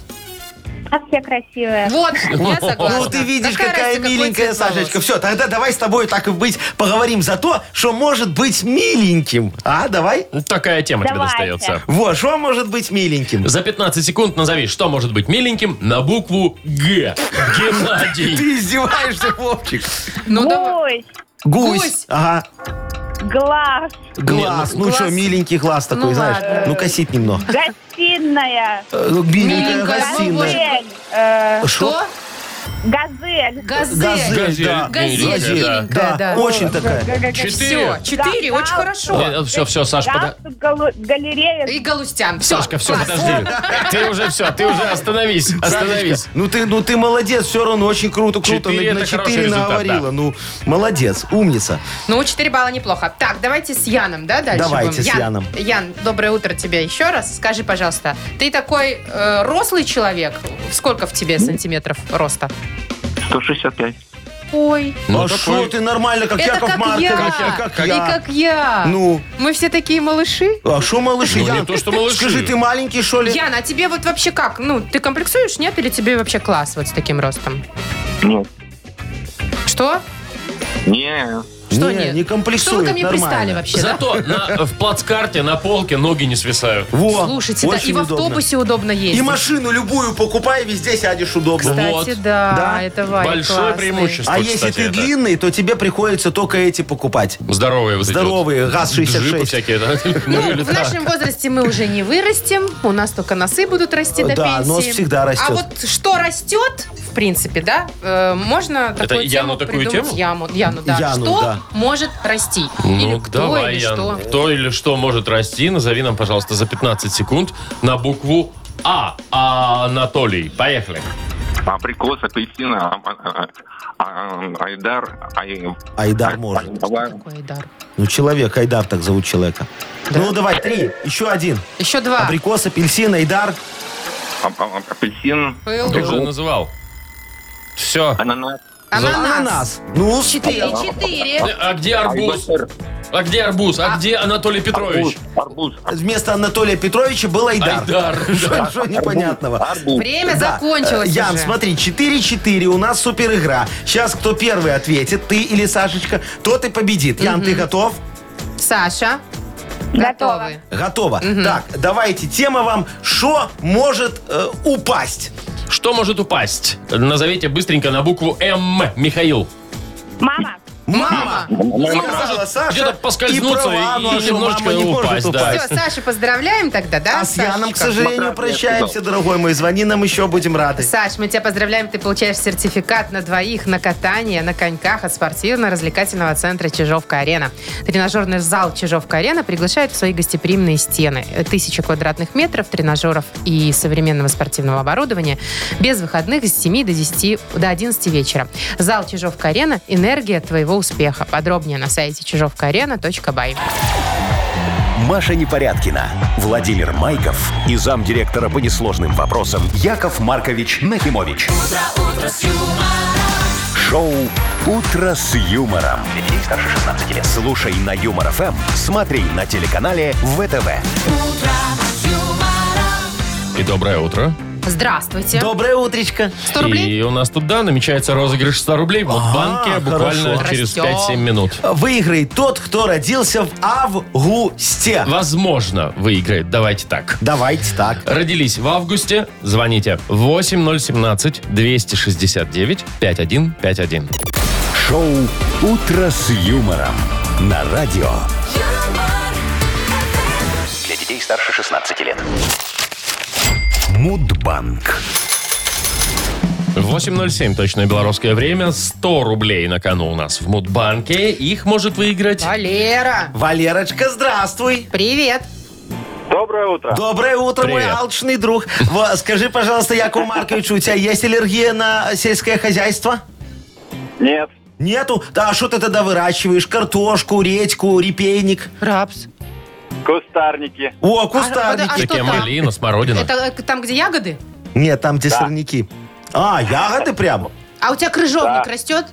Speaker 5: А все красивые.
Speaker 3: Вот, я согласна.
Speaker 4: Ну, ты видишь, какая,
Speaker 3: разница, какой
Speaker 4: миленькая
Speaker 3: цвет волос?
Speaker 4: Сашечка. Все, тогда давай с тобой так и быть, поговорим за то, что может быть миленьким. А, давай.
Speaker 2: Ну, Такая тема тебе
Speaker 5: Давайте.
Speaker 2: достается.
Speaker 4: Вот, что может быть миленьким?
Speaker 2: За 15 секунд назови, что может быть миленьким на букву Г. Геннадий.
Speaker 4: Ты издеваешься, Вовчик.
Speaker 3: Ну, давай.
Speaker 5: Ой,
Speaker 4: Гусь.
Speaker 3: Гусь.
Speaker 4: Ага.
Speaker 5: глаз,
Speaker 4: Глаз. Ну, что,
Speaker 3: глаз.
Speaker 4: миленький глаз такой,
Speaker 3: Ну,
Speaker 4: знаешь.
Speaker 3: ладно.
Speaker 4: Ну, косить немного.
Speaker 5: гостиная,
Speaker 4: Э, Миленькая
Speaker 3: Миленькая, ну,
Speaker 4: гостиная.
Speaker 5: постель, э,
Speaker 4: Что?
Speaker 3: Что?
Speaker 5: Газель.
Speaker 3: Газель.
Speaker 4: Газель.
Speaker 2: Газелька,
Speaker 3: Газелька,
Speaker 2: да.
Speaker 3: Да, да.
Speaker 4: очень такая.
Speaker 2: Четыре.
Speaker 3: Все, четыре, очень хорошо.
Speaker 2: Все, все, Э, Саш, пода-
Speaker 5: Галстук, галу- галерея.
Speaker 3: И Галустян. Все,
Speaker 2: Сашка, все, подожди.
Speaker 3: [LAUGHS]
Speaker 2: Ты уже все, ты уже остановись, остановись.
Speaker 4: Ну ты, ну ты молодец, все равно очень круто, круто.
Speaker 2: Четыре
Speaker 4: на,
Speaker 2: это хороший
Speaker 4: 4
Speaker 2: результат,
Speaker 4: наговорила.
Speaker 2: да.
Speaker 4: Ну, молодец, умница.
Speaker 3: Ну, 4 балла неплохо. Так, давайте с Яном, да, дальше
Speaker 4: Давайте
Speaker 3: будем?
Speaker 4: с Яном.
Speaker 3: Ян, доброе утро тебе еще раз. Скажи, пожалуйста, ты такой э, рослый человек? Сколько в
Speaker 4: Ну.
Speaker 3: тебе сантиметров роста?
Speaker 8: 165.
Speaker 3: Ой,
Speaker 2: Ну,
Speaker 4: а
Speaker 2: такой-
Speaker 4: что ты нормально, как
Speaker 3: это
Speaker 4: Яков
Speaker 3: как
Speaker 4: Маркович,
Speaker 3: я.
Speaker 4: и как
Speaker 3: И
Speaker 4: я.
Speaker 3: как я.
Speaker 4: Ну,
Speaker 3: Мы все такие малыши.
Speaker 4: а что малыши?
Speaker 2: Ну, не
Speaker 4: Ян,
Speaker 2: то, что малыши.
Speaker 4: Скажи, ты маленький, что ли?
Speaker 3: Ян, а тебе вот вообще как? Ну, ты комплексуешь, нет? Или тебе вообще класс вот с таким ростом?
Speaker 8: Нет.
Speaker 3: Что?
Speaker 8: Не,
Speaker 3: Что
Speaker 4: не,
Speaker 3: нет? Что
Speaker 4: не
Speaker 3: вы
Speaker 4: комплексует,
Speaker 3: ко мне пристали
Speaker 4: нормально.
Speaker 3: вообще, да?
Speaker 2: Зато на- в плацкарте на полке ноги не свисают.
Speaker 4: Во,
Speaker 3: Слушайте, да,
Speaker 4: очень
Speaker 3: и в
Speaker 4: удобно.
Speaker 3: автобусе удобно ездить.
Speaker 4: И машину любую покупай, везде сядешь удобно.
Speaker 2: Кстати,
Speaker 3: Кстати, да,
Speaker 4: Да.
Speaker 3: это Варя
Speaker 2: Большое
Speaker 3: классный.
Speaker 2: преимущество,
Speaker 4: А если
Speaker 2: кстати,
Speaker 4: ты
Speaker 2: это.
Speaker 4: длинный, то тебе приходится только эти покупать.
Speaker 2: Здоровые вот эти
Speaker 4: Здоровые,
Speaker 2: вот
Speaker 4: ГАЗ-66.
Speaker 2: джипы всякие, да? Ну, или
Speaker 3: Ну, в
Speaker 2: так.
Speaker 3: нашем возрасте мы уже не вырастем, у нас только носы будут расти до
Speaker 4: Да,
Speaker 3: пенсии.
Speaker 4: нос всегда растет.
Speaker 3: А вот что растет, в принципе, да, э, можно такую
Speaker 2: Яну
Speaker 3: тему
Speaker 2: такую
Speaker 3: придумать.
Speaker 2: тему?
Speaker 3: Яму, Яну, да.
Speaker 4: Яну,
Speaker 3: что
Speaker 4: да.
Speaker 3: может расти? или
Speaker 2: Ну,
Speaker 3: кто,
Speaker 2: давай,
Speaker 3: или
Speaker 2: Ян.
Speaker 3: что?
Speaker 2: Кто или что может расти, назови нам, пожалуйста, за 15 секунд на букву А. Анатолий. Поехали.
Speaker 8: абрикос, апельсин, а- а- а- а- айдар, ай-
Speaker 4: Айдар может.
Speaker 8: айдар.
Speaker 3: Какой дар.
Speaker 4: Ну, человек, Айдар так зовут человека. Ну, давай, три, еще один.
Speaker 3: Еще два.
Speaker 4: Абрикос, апельсин, Айдар.
Speaker 8: А- а- апельсин,
Speaker 3: Был.
Speaker 2: Ты уже называл. Все.
Speaker 8: ананас,
Speaker 3: Ананас.
Speaker 4: Ананас. Ну,
Speaker 3: Четыре.
Speaker 4: успел.
Speaker 3: Четыре.
Speaker 2: А где арбуз?
Speaker 8: айбасер,
Speaker 2: А где арбуз? А где Анатолий
Speaker 8: арбуз,
Speaker 2: Петрович?
Speaker 8: арбуз,
Speaker 4: Вместо Анатолия Петровича был Айдар.
Speaker 2: Айдар.
Speaker 4: Что что непонятного?
Speaker 8: арбуз.
Speaker 3: Время
Speaker 4: Да.
Speaker 3: закончилось
Speaker 4: Э, Ян,
Speaker 3: уже.
Speaker 4: смотри, 4-4, у нас супер игра. Сейчас кто первый ответит, ты или Сашечка, тот и победит. Ян, ты готов?
Speaker 3: Саша,
Speaker 5: Готова.
Speaker 3: готовы?
Speaker 4: Готово. Так, давайте, тема вам, что может э, упасть?
Speaker 2: Что может упасть? Назовите быстренько на букву М. Михаил.
Speaker 5: Мама.
Speaker 3: Мама.
Speaker 4: Сказала Саша,
Speaker 2: где-то поскользнуться
Speaker 4: и права,
Speaker 2: и-
Speaker 4: ну, а
Speaker 2: и
Speaker 4: что,
Speaker 2: немножечко
Speaker 4: мама не может
Speaker 2: упасть, да.
Speaker 4: упасть.
Speaker 3: Все, Саша, поздравляем тогда, да?
Speaker 4: А с Яном, к
Speaker 3: Сашечка?
Speaker 4: сожалению, прощаемся, дорогой мой. Звони нам еще, будем рады.
Speaker 3: Саш, мы тебя поздравляем. Ты получаешь сертификат на двоих на катание на коньках от спортивно-развлекательного центра «Чижовка-арена». Тренажерный зал «Чижовка-арена» приглашает в свои гостеприимные стены. Тысяча квадратных метров, тренажеров и современного спортивного оборудования без выходных с 7 до, 10, до 11 вечера. Зал «Чижовка-арена» – энергия твоего успеха. Подробнее на сайте чижовкаарена.бай.
Speaker 1: Маша Непорядкина, Владимир Майков и замдиректора по несложным вопросам Яков Маркович Нахимович. Шоу Утро с юмором. Для детей старше 16 лет. Слушай на юмор ФМ, смотри на телеканале ВТВ.
Speaker 2: И доброе утро.
Speaker 3: Здравствуйте.
Speaker 4: Доброе утречко.
Speaker 3: 100 рублей?
Speaker 2: И у нас тут, да, намечается розыгрыш 100 рублей в банке буквально
Speaker 4: хорошо.
Speaker 2: через
Speaker 3: Растем.
Speaker 2: 5-7 минут.
Speaker 4: Выиграет тот, кто родился в августе.
Speaker 2: Возможно, выиграет. Давайте так.
Speaker 4: Давайте так.
Speaker 2: Родились в августе. Звоните 8017-269-5151.
Speaker 1: Шоу Утро с юмором на радио.
Speaker 6: Для детей старше 16 лет.
Speaker 1: Мудбанк.
Speaker 2: 8.07, точное белорусское время. 100 рублей на кону у нас в Мудбанке. Их может выиграть...
Speaker 3: А Валера,
Speaker 4: Валерочка, здравствуй.
Speaker 3: привет.
Speaker 7: Доброе утро.
Speaker 4: Доброе утро, мой
Speaker 2: Привет.
Speaker 4: алчный друг. Во, Скажи, пожалуйста, Якову Марковичу, у тебя есть аллергия на сельское хозяйство?
Speaker 7: Нет.
Speaker 4: Нету? Да, а что ты тогда выращиваешь? Картошку, редьку, репейник?
Speaker 3: Рапс.
Speaker 7: Кустарники.
Speaker 4: О,
Speaker 3: А
Speaker 4: кустарники.
Speaker 3: что
Speaker 2: Такие
Speaker 3: там?
Speaker 2: малина, смородина.
Speaker 3: Это э, там, где ягоды?
Speaker 4: Нет, там где сорняки. А, ягоды прям?
Speaker 3: А у тебя крыжовник растет?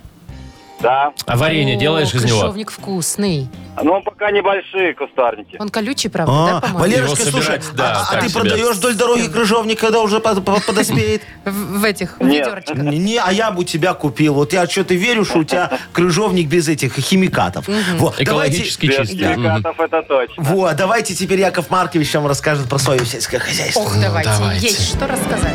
Speaker 7: Да.
Speaker 2: А варенье
Speaker 3: О,
Speaker 2: делаешь из него?
Speaker 3: Крыжовник вкусный.
Speaker 7: Но Ну, пока небольшие кустарники.
Speaker 3: Он колючий, правда, да,
Speaker 4: А,
Speaker 3: по-моему?
Speaker 2: Его
Speaker 4: Валерочка, слушай,
Speaker 2: собирать, да,
Speaker 4: а а
Speaker 2: так
Speaker 4: ты
Speaker 2: себе.
Speaker 4: продаешь вдоль дороги крыжовник, когда уже под- под-
Speaker 3: [LAUGHS]
Speaker 4: подоспеет?
Speaker 3: В, в этих
Speaker 7: Нет.
Speaker 3: ведерочках.
Speaker 4: Не, не, а я бы у тебя купил. Вот я что-то верю, что у тебя крыжовник без этих химикатов. Вот, давайте,
Speaker 2: Экологически чистый. Мгм.
Speaker 7: это точно.
Speaker 4: вот, давайте теперь Яков Маркович нам расскажет про свое сельское хозяйство.
Speaker 3: Ох, давайте.
Speaker 2: Ну, давайте.
Speaker 3: Есть что рассказать.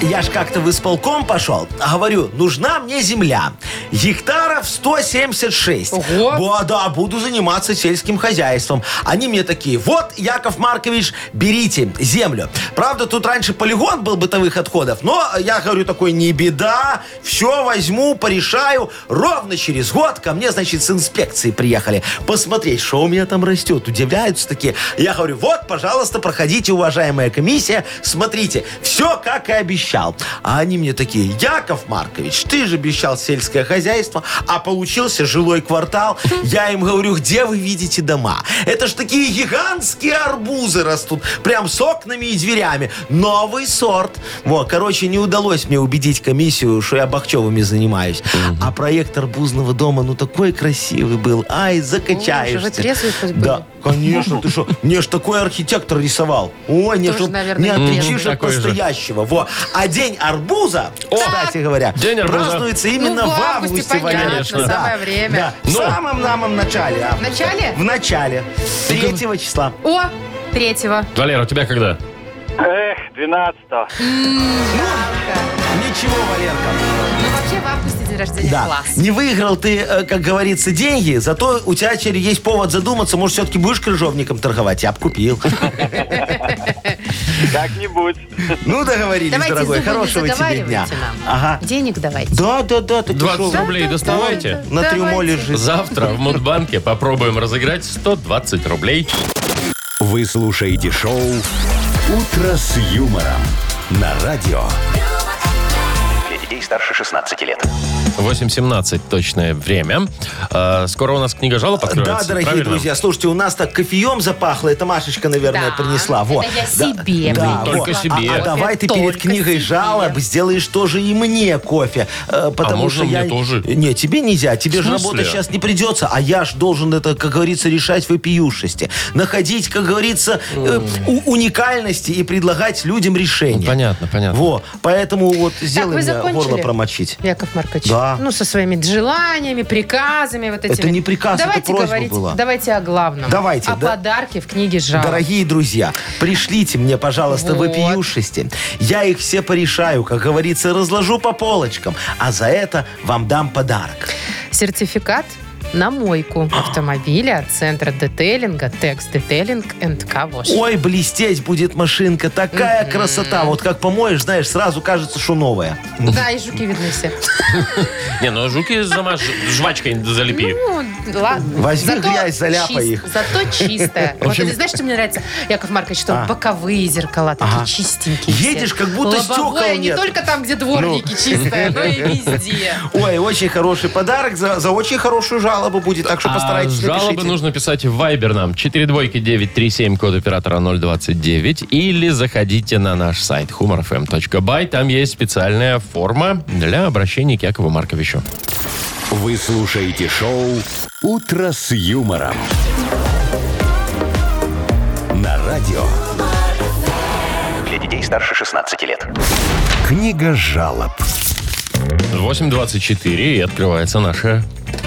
Speaker 4: Я ж как-то в исполком пошел, а говорю, нужна мне земля. Гектаров 176.
Speaker 3: Ого.
Speaker 4: Бо- да, буду заниматься сельским хозяйством. Они мне такие, вот, Яков Маркович, берите землю. Правда, тут раньше полигон был бытовых отходов, но я говорю такой, не беда, все возьму, порешаю. Ровно через год ко мне, значит, с инспекции приехали посмотреть, что у меня там растет. Удивляются такие. Я говорю, вот, пожалуйста, проходите, уважаемая комиссия, смотрите, все как и обещал. А они мне такие, Яков Маркович, ты же обещал сельское хозяйство, а получился жилой квартал. Я им говорю, где вы видите дома? Это ж такие гигантские арбузы растут, прям с окнами и дверями. Новый сорт. Вот, короче, не удалось мне убедить комиссию, что я Бахчевыми занимаюсь. А проект арбузного дома, ну такой красивый был. Ай, закачаешься.
Speaker 3: вы трезвый хоть были?
Speaker 4: Да, конечно, ты что? Мне ж такой архитектор рисовал. Ой, не,
Speaker 3: Тоже,
Speaker 4: чтоб не
Speaker 3: наверное,
Speaker 4: отличишь
Speaker 2: трезвый.
Speaker 4: от
Speaker 2: Такой же.
Speaker 4: настоящего. Во. А день арбуза, кстати говоря,
Speaker 2: День арбуза.
Speaker 4: празднуется именно
Speaker 3: Ну, в
Speaker 4: в
Speaker 3: августе,
Speaker 4: августе.
Speaker 3: понятно,
Speaker 4: конечно. Да,
Speaker 3: самое время.
Speaker 4: да. В
Speaker 2: Ну.
Speaker 4: самом самом начале.
Speaker 3: В
Speaker 4: августа.
Speaker 3: начале?
Speaker 4: В начале. 3 числа.
Speaker 3: О, третьего.
Speaker 2: Валера, у тебя когда?
Speaker 7: Эх, 12
Speaker 4: Ничего, Валерка.
Speaker 3: Ну, вообще в августе день рождения
Speaker 4: Да.
Speaker 3: класс.
Speaker 4: Не выиграл ты, э, как говорится, деньги, зато у тебя теперь есть повод задуматься, может, все-таки будешь крыжовником торговать? Я
Speaker 2: [LAUGHS]
Speaker 4: бы купил.
Speaker 7: Как-нибудь.
Speaker 4: Ну, договорились,
Speaker 3: Давайте
Speaker 4: дорогой.
Speaker 3: зубы не
Speaker 4: Хорошего тебе дня.
Speaker 3: заговаривайте нам.
Speaker 4: Ага.
Speaker 3: Денег давайте.
Speaker 4: Да, да, да. ты
Speaker 2: 20
Speaker 4: пошел.
Speaker 2: рублей доставайте.
Speaker 4: На трюмо
Speaker 3: Давайте.
Speaker 4: лежит.
Speaker 2: Завтра в Мудбанке попробуем разыграть 120 рублей.
Speaker 1: Вы слушаете шоу «Утро с юмором» на радио.
Speaker 6: Для детей старше 16 лет.
Speaker 2: 8.17 точное время. А, скоро у нас книга жалоб
Speaker 4: Да,
Speaker 2: откроется.
Speaker 4: дорогие
Speaker 2: правильно?
Speaker 4: друзья, слушайте, у нас так кофеем запахло, это Машечка, наверное,
Speaker 3: Да,
Speaker 4: принесла. Вот.
Speaker 3: это я
Speaker 4: Да,
Speaker 3: себе
Speaker 4: да,
Speaker 2: принесла. Только
Speaker 4: вот.
Speaker 2: себе.
Speaker 4: А, а давай ты
Speaker 3: Только
Speaker 4: перед книгой
Speaker 3: себе.
Speaker 4: жалоб сделаешь тоже и мне кофе. э, Потому
Speaker 2: можно
Speaker 4: что я...
Speaker 2: мне тоже?
Speaker 4: Не, тебе нельзя, тебе же
Speaker 2: смысле?
Speaker 4: работать сейчас не придется, а я ж должен это, как говорится, решать вопиюшести. Находить, как говорится, э, у- уникальности и предлагать людям решения.
Speaker 2: Ну, Понятно, понятно.
Speaker 4: Во, поэтому вот
Speaker 3: Так,
Speaker 4: сделай
Speaker 3: вы
Speaker 4: мне
Speaker 3: закончили?
Speaker 4: горло промочить.
Speaker 3: Яков Маркович,
Speaker 4: Да.
Speaker 3: ну, со своими желаниями, приказами, вот этими.
Speaker 4: не приказ, это
Speaker 3: давайте
Speaker 4: просьба
Speaker 3: говорить,
Speaker 4: была.
Speaker 3: Давайте о главном.
Speaker 4: Давайте,
Speaker 3: О
Speaker 4: да.
Speaker 3: подарке в книге жалоб.
Speaker 4: Дорогие друзья, пришлите мне, пожалуйста,
Speaker 3: Вот.
Speaker 4: вопиюшести. Я их все порешаю, как говорится, разложу по полочкам. А за это вам дам подарок.
Speaker 3: Сертификат на мойку автомобиля от центра детейлинга Текс Детейлинг энд Кавош.
Speaker 4: Ой, блестеть будет машинка. Такая красота. Вот как помоешь, знаешь, сразу кажется, что новая.
Speaker 3: Да, и жуки видны все.
Speaker 2: Не, ну жуки замажь, жвачкой залепи.
Speaker 3: Ну, ладно.
Speaker 4: Возьми грязь, заляпай
Speaker 3: чис-
Speaker 4: их.
Speaker 3: Зато чисто. Вот это, знаешь, что мне нравится, Яков Маркович, что
Speaker 4: А.
Speaker 3: боковые зеркала такие
Speaker 4: Ага.
Speaker 3: чистенькие. все.
Speaker 4: Едешь, как будто
Speaker 3: Лобовое
Speaker 4: стекол
Speaker 3: не
Speaker 4: нет. Ну.
Speaker 3: только там, где дворники чистые, но и везде.
Speaker 4: Ой, очень хороший подарок. За, за очень хорошую жалобу будет. Так что постарайтесь
Speaker 2: А жалобы
Speaker 4: напишите.
Speaker 2: нужно писать в Viber нам. 4 двойки 937, код оператора 029. Или заходите на наш сайт humorfm.by. Там есть специальная форма для обращения к Якову Марковичу.
Speaker 1: Вы слушаете шоу «Утро с юмором» на радио.
Speaker 6: Для детей старше 16 лет.
Speaker 1: Книга жалоб.
Speaker 2: 8.24 и открывается наша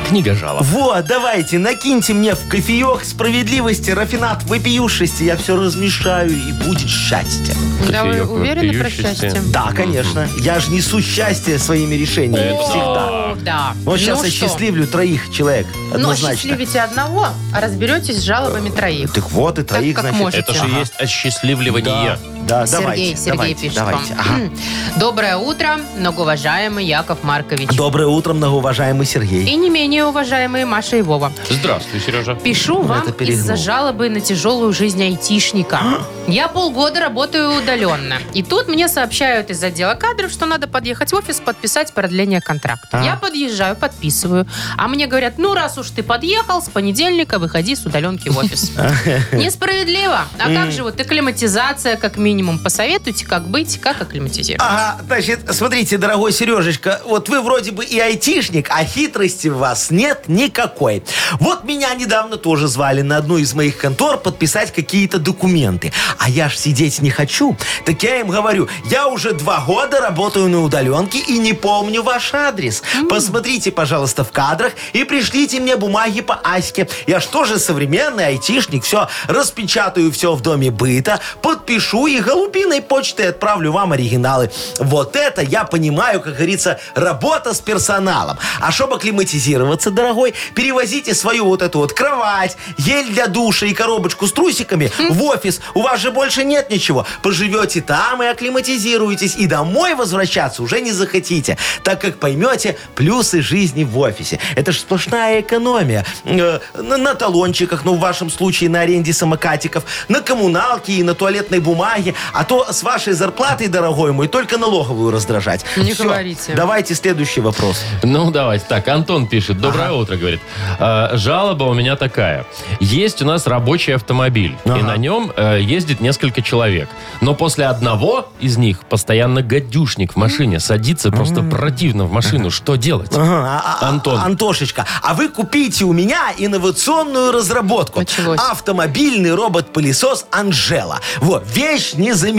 Speaker 2: книга жалоб.
Speaker 4: Вот, давайте, накиньте мне в кофеек справедливости, рафинат вопиюшести. Я все размешаю, и будет счастье.
Speaker 3: Да вы
Speaker 2: Кофеек
Speaker 3: уверены про
Speaker 2: вопиющийся.
Speaker 3: счастье?
Speaker 4: Да, конечно. Я же несу счастье своими решениями. Всегда.
Speaker 3: О, Да.
Speaker 4: Вот сейчас
Speaker 3: Ну
Speaker 4: я
Speaker 3: что? Ну, а
Speaker 4: счастливлю троих человек.
Speaker 3: Но
Speaker 4: Однозначно.
Speaker 3: счастливите одного, а разберетесь с жалобами троих.
Speaker 4: Так вот, и троих,
Speaker 3: как
Speaker 4: значит.
Speaker 3: можете.
Speaker 2: Это же
Speaker 3: Ага.
Speaker 2: есть осчастливливание.
Speaker 4: Да,
Speaker 3: Сергей,
Speaker 4: А, давайте,
Speaker 3: Сергей
Speaker 4: давайте,
Speaker 3: пишет
Speaker 4: давайте.
Speaker 3: вам. Хм.
Speaker 4: Ага.
Speaker 3: Доброе утро, многоуважаемый Яков Маркович.
Speaker 4: Доброе утро, многоуважаемый Сергей.
Speaker 3: И не менее уважаемые Маша и Вова.
Speaker 2: Здравствуй, Сережа.
Speaker 3: Пишу вам
Speaker 4: Это перегнул.
Speaker 3: из-за жалобы на тяжелую жизнь айтишника.
Speaker 4: А?
Speaker 3: Я полгода работаю удаленно. И тут мне сообщают из отдела кадров, что надо подъехать в офис, подписать продление контракта.
Speaker 4: А.
Speaker 3: Я подъезжаю, подписываю. А мне говорят, ну раз уж ты подъехал, с понедельника выходи с удаленки в
Speaker 4: [LAUGHS]
Speaker 3: офис.
Speaker 4: А?
Speaker 3: Несправедливо. А как же вот акклиматизация как минимум? Посоветуйте, как быть, как акклиматизировать.
Speaker 4: Ага, значит, смотрите, дорогой Сережечка, вот вы вроде бы и айтишник, а хитрости в вас нет никакой. Вот меня недавно тоже звали на одну из моих контор подписать какие-то документы. А я ж сидеть не хочу. Так я им говорю, я уже два года работаю на удаленке и не помню ваш адрес. Посмотрите, пожалуйста, в кадрах и пришлите мне бумаги по Аське. Я ж тоже современный айтишник, все, распечатаю все в доме быта, подпишу и голубиной почтой отправлю вам оригиналы. Вот это я понимаю, как говорится, работа с персоналом. А чтобы акклиматизироваться, дорогой, перевозите свою вот эту вот кровать, гель для душа и коробочку с трусиками в офис. У вас же больше нет ничего. Поживете там и акклиматизируетесь, и домой возвращаться уже не захотите, так как поймете плюсы жизни в офисе. Это же сплошная экономия. Э, На, на талончиках, ну в вашем случае на аренде самокатиков, на коммуналке и на туалетной бумаге. А то с вашей зарплатой, дорогой мой, только налоговую раздражать.
Speaker 3: Не
Speaker 4: Всё,
Speaker 3: говорите.
Speaker 4: Давайте следующий вопрос.
Speaker 2: Ну, давайте. Так, Антон пишет. Доброе утро, говорит. «Э, жалоба у меня такая. Есть у нас рабочий автомобиль, и
Speaker 4: Ага.
Speaker 2: на нем э, ездит несколько человек. Но после одного из них постоянно гадюшник в машине садится просто противно в машину. Что делать?
Speaker 4: Ага, а- а-
Speaker 2: Антон.
Speaker 4: Антошечка, а вы купите у меня инновационную разработку.
Speaker 3: Началось.
Speaker 4: Автомобильный робот-пылесос Анжела. Вот, вещь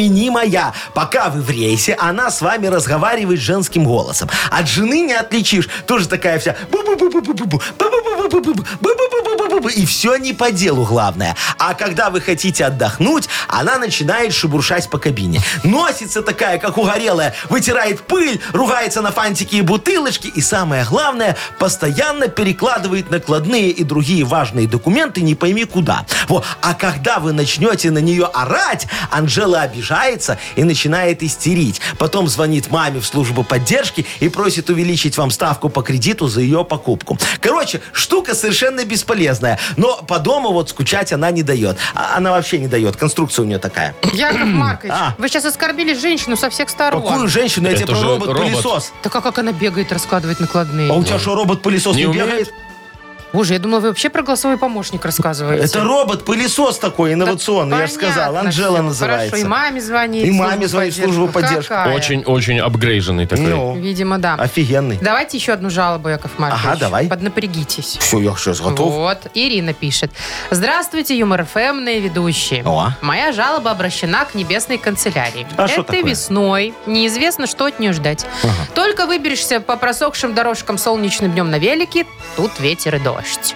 Speaker 4: незаменимая. Пока вы в рейсе, она с вами разговаривает женским голосом. От жены не отличишь. Тоже такая вся... бу-бу-бу-бу-бу-бу, бу-бу-бу-бу-бу-бу, бу-бу-бу-бу-бу-бу. И все не по делу, главное. А когда вы хотите отдохнуть, она начинает шебуршать по кабине. Носится такая, как угорелая, вытирает пыль, ругается на фантики и бутылочки, и самое главное, постоянно перекладывает накладные и другие важные документы не пойми куда. Во. А когда вы начнете на нее орать, Анжела обижается и начинает истерить. Потом звонит маме в службу поддержки и просит увеличить вам ставку по кредиту за ее покупку. Короче, штука совершенно бесполезная, но по дому вот скучать она не дает. А- Она вообще не дает, конструкция у нее такая. [CLEARS THROAT]
Speaker 3: Яков Маркович,
Speaker 4: А.
Speaker 3: вы сейчас оскорбили женщину со всех сторон.
Speaker 4: Какую женщину? Я
Speaker 2: Это
Speaker 4: тебе про
Speaker 2: же
Speaker 4: робот-пылесос.
Speaker 3: Так а как она бегает, раскладывает накладные?
Speaker 4: А у тебя что, робот-пылесос
Speaker 2: Не
Speaker 4: не,
Speaker 2: умеет?
Speaker 4: бегает?
Speaker 3: Боже, я думала, вы вообще про голосовой помощник рассказываете.
Speaker 4: Это робот-пылесос такой инновационный, я же сказал.
Speaker 3: Понятно
Speaker 4: Анжела
Speaker 3: всё.
Speaker 4: называется.
Speaker 3: Хорошо, и маме звонит.
Speaker 4: И
Speaker 3: в
Speaker 4: маме звонит в службу поддержки.
Speaker 3: Какая?
Speaker 2: Очень-очень апгрейженный такой.
Speaker 4: Ну,
Speaker 3: Видимо, да.
Speaker 4: офигенный.
Speaker 3: Давайте еще одну жалобу, Яков Маркович.
Speaker 4: Ага, давай.
Speaker 3: Поднапрягитесь.
Speaker 4: Все, я сейчас готов.
Speaker 3: Вот, Ирина пишет. Здравствуйте, юмор ФМные ведущие.
Speaker 4: О.
Speaker 3: Моя жалоба обращена к небесной канцелярии.
Speaker 4: А что
Speaker 3: Это
Speaker 4: такое?
Speaker 3: весной. Неизвестно, что от нее ждать. Только выберешься по просохшим дорожкам солнечным днем на велике, тут ветер и дождь.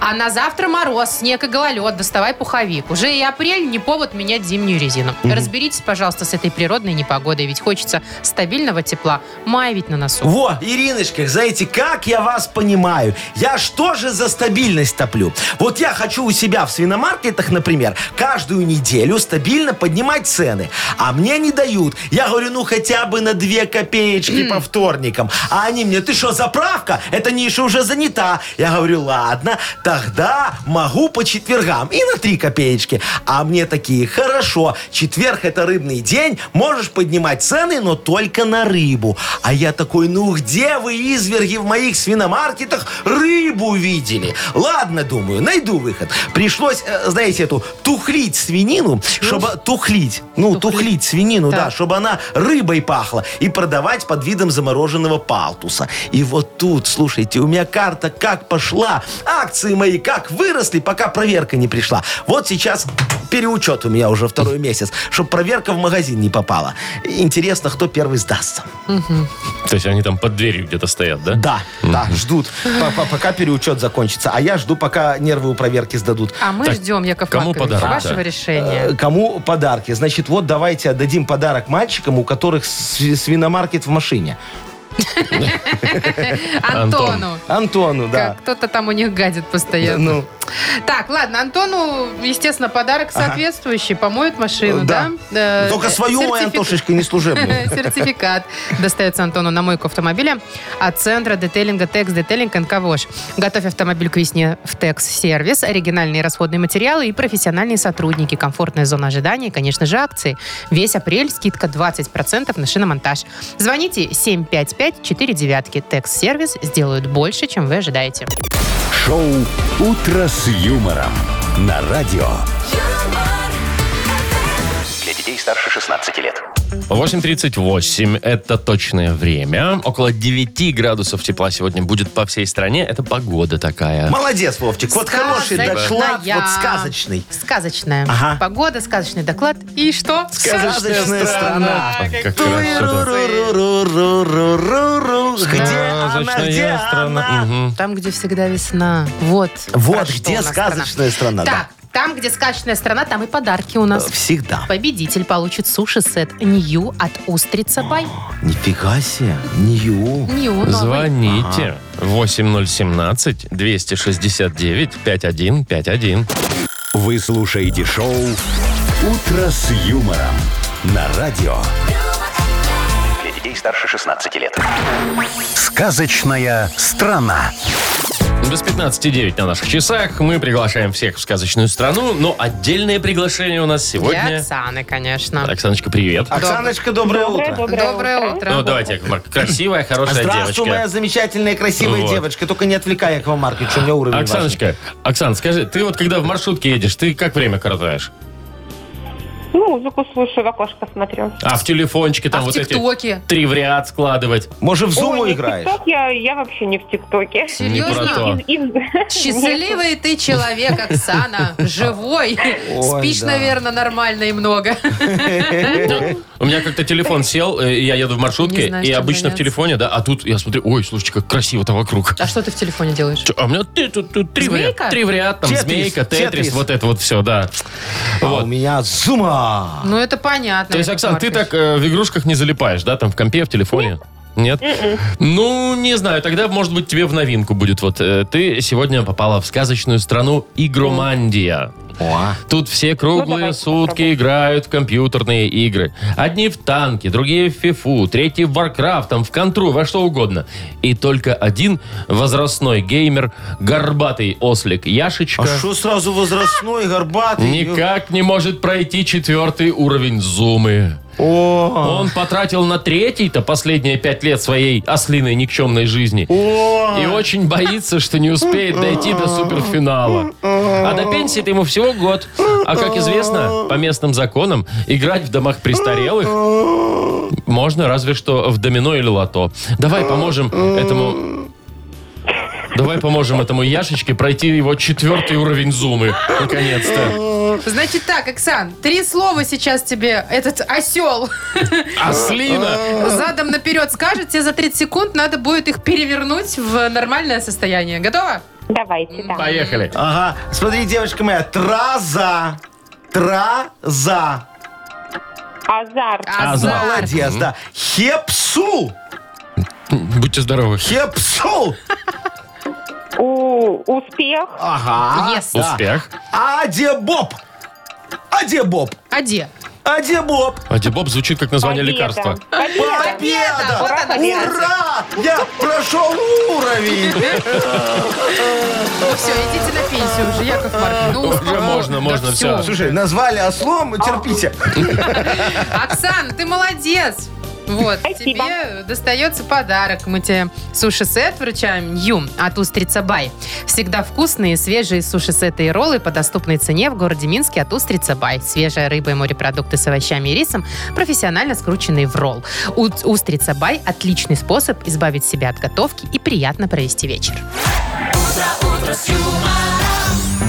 Speaker 3: А на завтра мороз, снег и гололед. Доставай пуховик. Уже и апрель не повод менять зимнюю резину. Разберитесь, пожалуйста, с этой природной непогодой, ведь хочется стабильного тепла. Май ведь на носу.
Speaker 4: Во, Ириночка, знаете, как я вас понимаю. Я что же за стабильность топлю? Вот я хочу у себя в свиномаркетах, например, каждую неделю стабильно поднимать цены. А мне не дают. Я говорю, ну хотя бы на 2 копеечки по вторникам. А они мне, ты что, заправка? Эта ниша уже занята. Я говорю, ладно, тогда могу по четвергам и на 3 копеечки. А мне такие, хорошо, четверг это рыбный день, можешь поднимать цены, но только на рыбу. А я такой, ну где вы, изверги, в моих свиномаркетах рыбу видели? Ладно, думаю, найду выход. Пришлось, э, знаете, эту тухлить свинину, чтобы тухлить, ну, тухлить, свинину, да,
Speaker 3: Так.
Speaker 4: чтобы она рыбой пахла и продавать под видом замороженного палтуса. И вот тут, слушайте, у меня карта как пошла, акции мои как выросли, пока проверка не пришла. Вот сейчас переучет у меня уже второй месяц, чтобы проверка в магазин не попала. Интересно, кто первый сдастся.
Speaker 2: То есть они там под дверью где-то стоят, да?
Speaker 4: Да, да, ждут, по- по- пока переучет закончится. А я жду, пока нервы у проверки сдадут.
Speaker 3: А мы
Speaker 2: Так,
Speaker 3: ждем, Яков
Speaker 2: кому
Speaker 3: Маркович,
Speaker 2: подарок,
Speaker 3: вашего
Speaker 2: да?
Speaker 3: решения.
Speaker 4: Э, Кому подарки? Значит, вот давайте отдадим подарок мальчикам, у которых сви- свиномаркет в машине.
Speaker 2: Антон.
Speaker 3: Антону.
Speaker 4: Антону, да.
Speaker 3: Как кто-то там у них гадит постоянно.
Speaker 4: Ну,
Speaker 3: Так, ладно, Антону, естественно, подарок соответствующий. Помоет машину, да?
Speaker 4: Да.
Speaker 3: Э,
Speaker 4: только свою, а мой
Speaker 3: сертифи-
Speaker 4: Антошечка, не
Speaker 3: [LAUGHS]
Speaker 4: служебную.
Speaker 3: Сертификат достается Антону на мойку автомобиля от центра детейлинга Текс Детейлинг НКВОЖ. Готовь автомобиль к весне в Текс Сервис. Оригинальные расходные материалы и профессиональные сотрудники. Комфортная зона ожидания и, конечно же, акции. Весь апрель скидка 20% на шиномонтаж. Звоните 755-49. Текс Сервис сделают больше, чем вы ожидаете.
Speaker 1: Шоу «Утро с юмором» на радио.
Speaker 6: Для детей старше 16 лет.
Speaker 2: 8.38 это точное время. Около 9 градусов тепла сегодня будет по всей стране. Это погода такая.
Speaker 4: Молодец, Вовчик. Вот хороший
Speaker 3: Сказочная.
Speaker 4: доклад, вот сказочный.
Speaker 3: Сказочная.
Speaker 4: Ага.
Speaker 3: Погода, сказочный доклад. И что?
Speaker 4: Сказочная страна.
Speaker 2: Ой, как хорошо.
Speaker 4: Ту-ру-ру-ру-ру-ру-ру-ру. Где она,
Speaker 2: Сказочная
Speaker 4: где
Speaker 2: страна.
Speaker 4: она?
Speaker 2: Мгм.
Speaker 3: Там, где всегда весна. Вот.
Speaker 4: Вот
Speaker 3: Про что
Speaker 4: где
Speaker 3: у нас страна.
Speaker 4: сказочная страна, да.
Speaker 3: Так, Там, где скачная страна, там и подарки у нас.
Speaker 4: Всегда.
Speaker 3: Победитель получит суши-сет Нью от Устрица Бай.
Speaker 4: Нифига себе. Нью.
Speaker 3: Нью новый.
Speaker 2: Звоните 8017 269 5151.
Speaker 1: Вы слушаете шоу «Утро с юмором» на радио.
Speaker 6: Для детей старше 16 лет.
Speaker 1: Сказочная страна.
Speaker 2: Без 15.09 на наших часах. Мы приглашаем всех в сказочную страну, но отдельное приглашение у нас
Speaker 3: Для
Speaker 2: сегодня.
Speaker 3: Оксаны, конечно.
Speaker 2: Оксаночка, привет.
Speaker 4: Оксаночка, доброе,
Speaker 5: Доброе,
Speaker 4: утро.
Speaker 5: доброе,
Speaker 3: Доброе утро.
Speaker 2: Ну, давайте, Яков Марк, красивая, хорошая
Speaker 4: А Здравствуй, моя
Speaker 2: девочка.
Speaker 4: замечательная, красивая
Speaker 2: Вот.
Speaker 4: девочка. Только не отвлекай, Якова Марковича, у меня уровень
Speaker 2: Оксаночка, Оксан, скажи, ты вот когда в маршрутке едешь, ты как время коротаешь?
Speaker 5: Ну, музыку слушаю, в окошко смотрю.
Speaker 2: А в телефончике там
Speaker 3: а в
Speaker 2: вот эти
Speaker 3: ТикТоке?
Speaker 2: три в ряд складывать?
Speaker 4: важный. Может, в зуму
Speaker 5: Ой, не
Speaker 2: [LAUGHS]
Speaker 5: в
Speaker 4: играешь?
Speaker 5: ТикТок я, я вообще не в ТикТоке.
Speaker 2: Не про
Speaker 3: Серьезно?
Speaker 2: то.
Speaker 5: И-
Speaker 3: Счастливый ты человек, Оксана. Живой.
Speaker 4: [LAUGHS] Ой,
Speaker 3: Спишь,
Speaker 4: да.
Speaker 3: наверное, нормально и много.
Speaker 2: У меня как-то телефон сел, э, и я еду в маршрутке,
Speaker 3: Не знаю,
Speaker 2: и
Speaker 3: чем
Speaker 2: обычно в
Speaker 3: заняться.
Speaker 2: телефоне, да, а тут я смотрю, ой, слушайте, как красиво-то вокруг.
Speaker 3: А что ты в телефоне делаешь?
Speaker 2: Чё, А у меня ты- тут, тут три, в
Speaker 3: Змейка?
Speaker 2: ряд, три в ряд, там
Speaker 4: Тетрис,
Speaker 2: змейка, тетрис,
Speaker 4: тетрис.
Speaker 2: вот это вот все, да.
Speaker 4: А
Speaker 2: Вот.
Speaker 4: у меня зума.
Speaker 3: Ну, это понятно.
Speaker 2: То есть,
Speaker 3: Яков
Speaker 2: Оксан, ты
Speaker 3: Маркович.
Speaker 2: так э, в игрушках не залипаешь, да, там в компе, в телефоне? Нет? Ну, не знаю, тогда, может быть, тебе в новинку будет. Вот э, ты сегодня попала в сказочную страну Игромандия.
Speaker 4: О,
Speaker 2: Тут все
Speaker 5: Ну,
Speaker 2: круглые
Speaker 5: давайте
Speaker 2: сутки
Speaker 5: попробуем.
Speaker 2: играют в компьютерные игры. Одни в танки, другие в фифу, третьи в Warcraft, там, в контру, во что угодно. И только один возрастной геймер, горбатый ослик Яшечка,
Speaker 4: а что сразу возрастной, горбатый?
Speaker 2: никак не может пройти четвертый уровень зумы.
Speaker 4: О,
Speaker 2: Он потратил на третий-то последние пять лет своей ослиной никчемной жизни.
Speaker 4: о.
Speaker 2: И очень боится, что не успеет дойти до суперфинала. А до пенсии-то ему всего год. А как известно, по местным законам, играть в домах престарелых можно разве что в домино или лото. Давай поможем этому... Давай поможем этому Яшечке пройти его четвертый уровень зумы. Наконец-то.
Speaker 3: Значит так, Оксан, три слова сейчас тебе этот осел
Speaker 2: Аслина!
Speaker 3: задом наперед скажет. Тебе за 30 секунд надо будет их перевернуть в нормальное состояние. Готово?
Speaker 5: Давайте, да.
Speaker 2: Поехали.
Speaker 4: Ага, смотри, девочка моя, траза. Траза.
Speaker 5: Азарт.
Speaker 2: Азарт.
Speaker 3: Азарт.
Speaker 4: Молодец, да. Хепсу.
Speaker 2: Будьте здоровы.
Speaker 4: Хепсу.
Speaker 5: У- успех.
Speaker 4: Ага. А
Speaker 3: Yes.
Speaker 4: да.
Speaker 2: Успех.
Speaker 4: Адебоб. Адебоб.
Speaker 3: Аде.
Speaker 4: Адебоб.
Speaker 2: Адибоб звучит как название
Speaker 5: Победа.
Speaker 2: лекарства.
Speaker 5: Победа.
Speaker 4: Победа.
Speaker 3: Вот она, кстати.
Speaker 4: Ура! Я прошел уровень.
Speaker 3: Ну все, идите на пенсию уже, Яков Маркович. Ну,
Speaker 2: Уже
Speaker 3: успокойтесь.
Speaker 2: можно,
Speaker 3: Да
Speaker 2: можно,
Speaker 3: всё.
Speaker 2: всё.
Speaker 4: А, Слушай, назвали
Speaker 3: А,
Speaker 4: ослом, терпите.
Speaker 3: Оксан, ты молодец. Вот,
Speaker 5: Спасибо.
Speaker 3: тебе достается подарок. Мы тебе суши-сет вручаем Нью от Устрица Бай. Всегда вкусные, свежие суши-сеты и роллы по доступной цене в городе Минске от Устрица Бай. Свежая рыба и морепродукты с овощами и рисом, профессионально скрученные в ролл. У- Устрица Бай – отличный способ избавить себя от готовки и приятно провести вечер.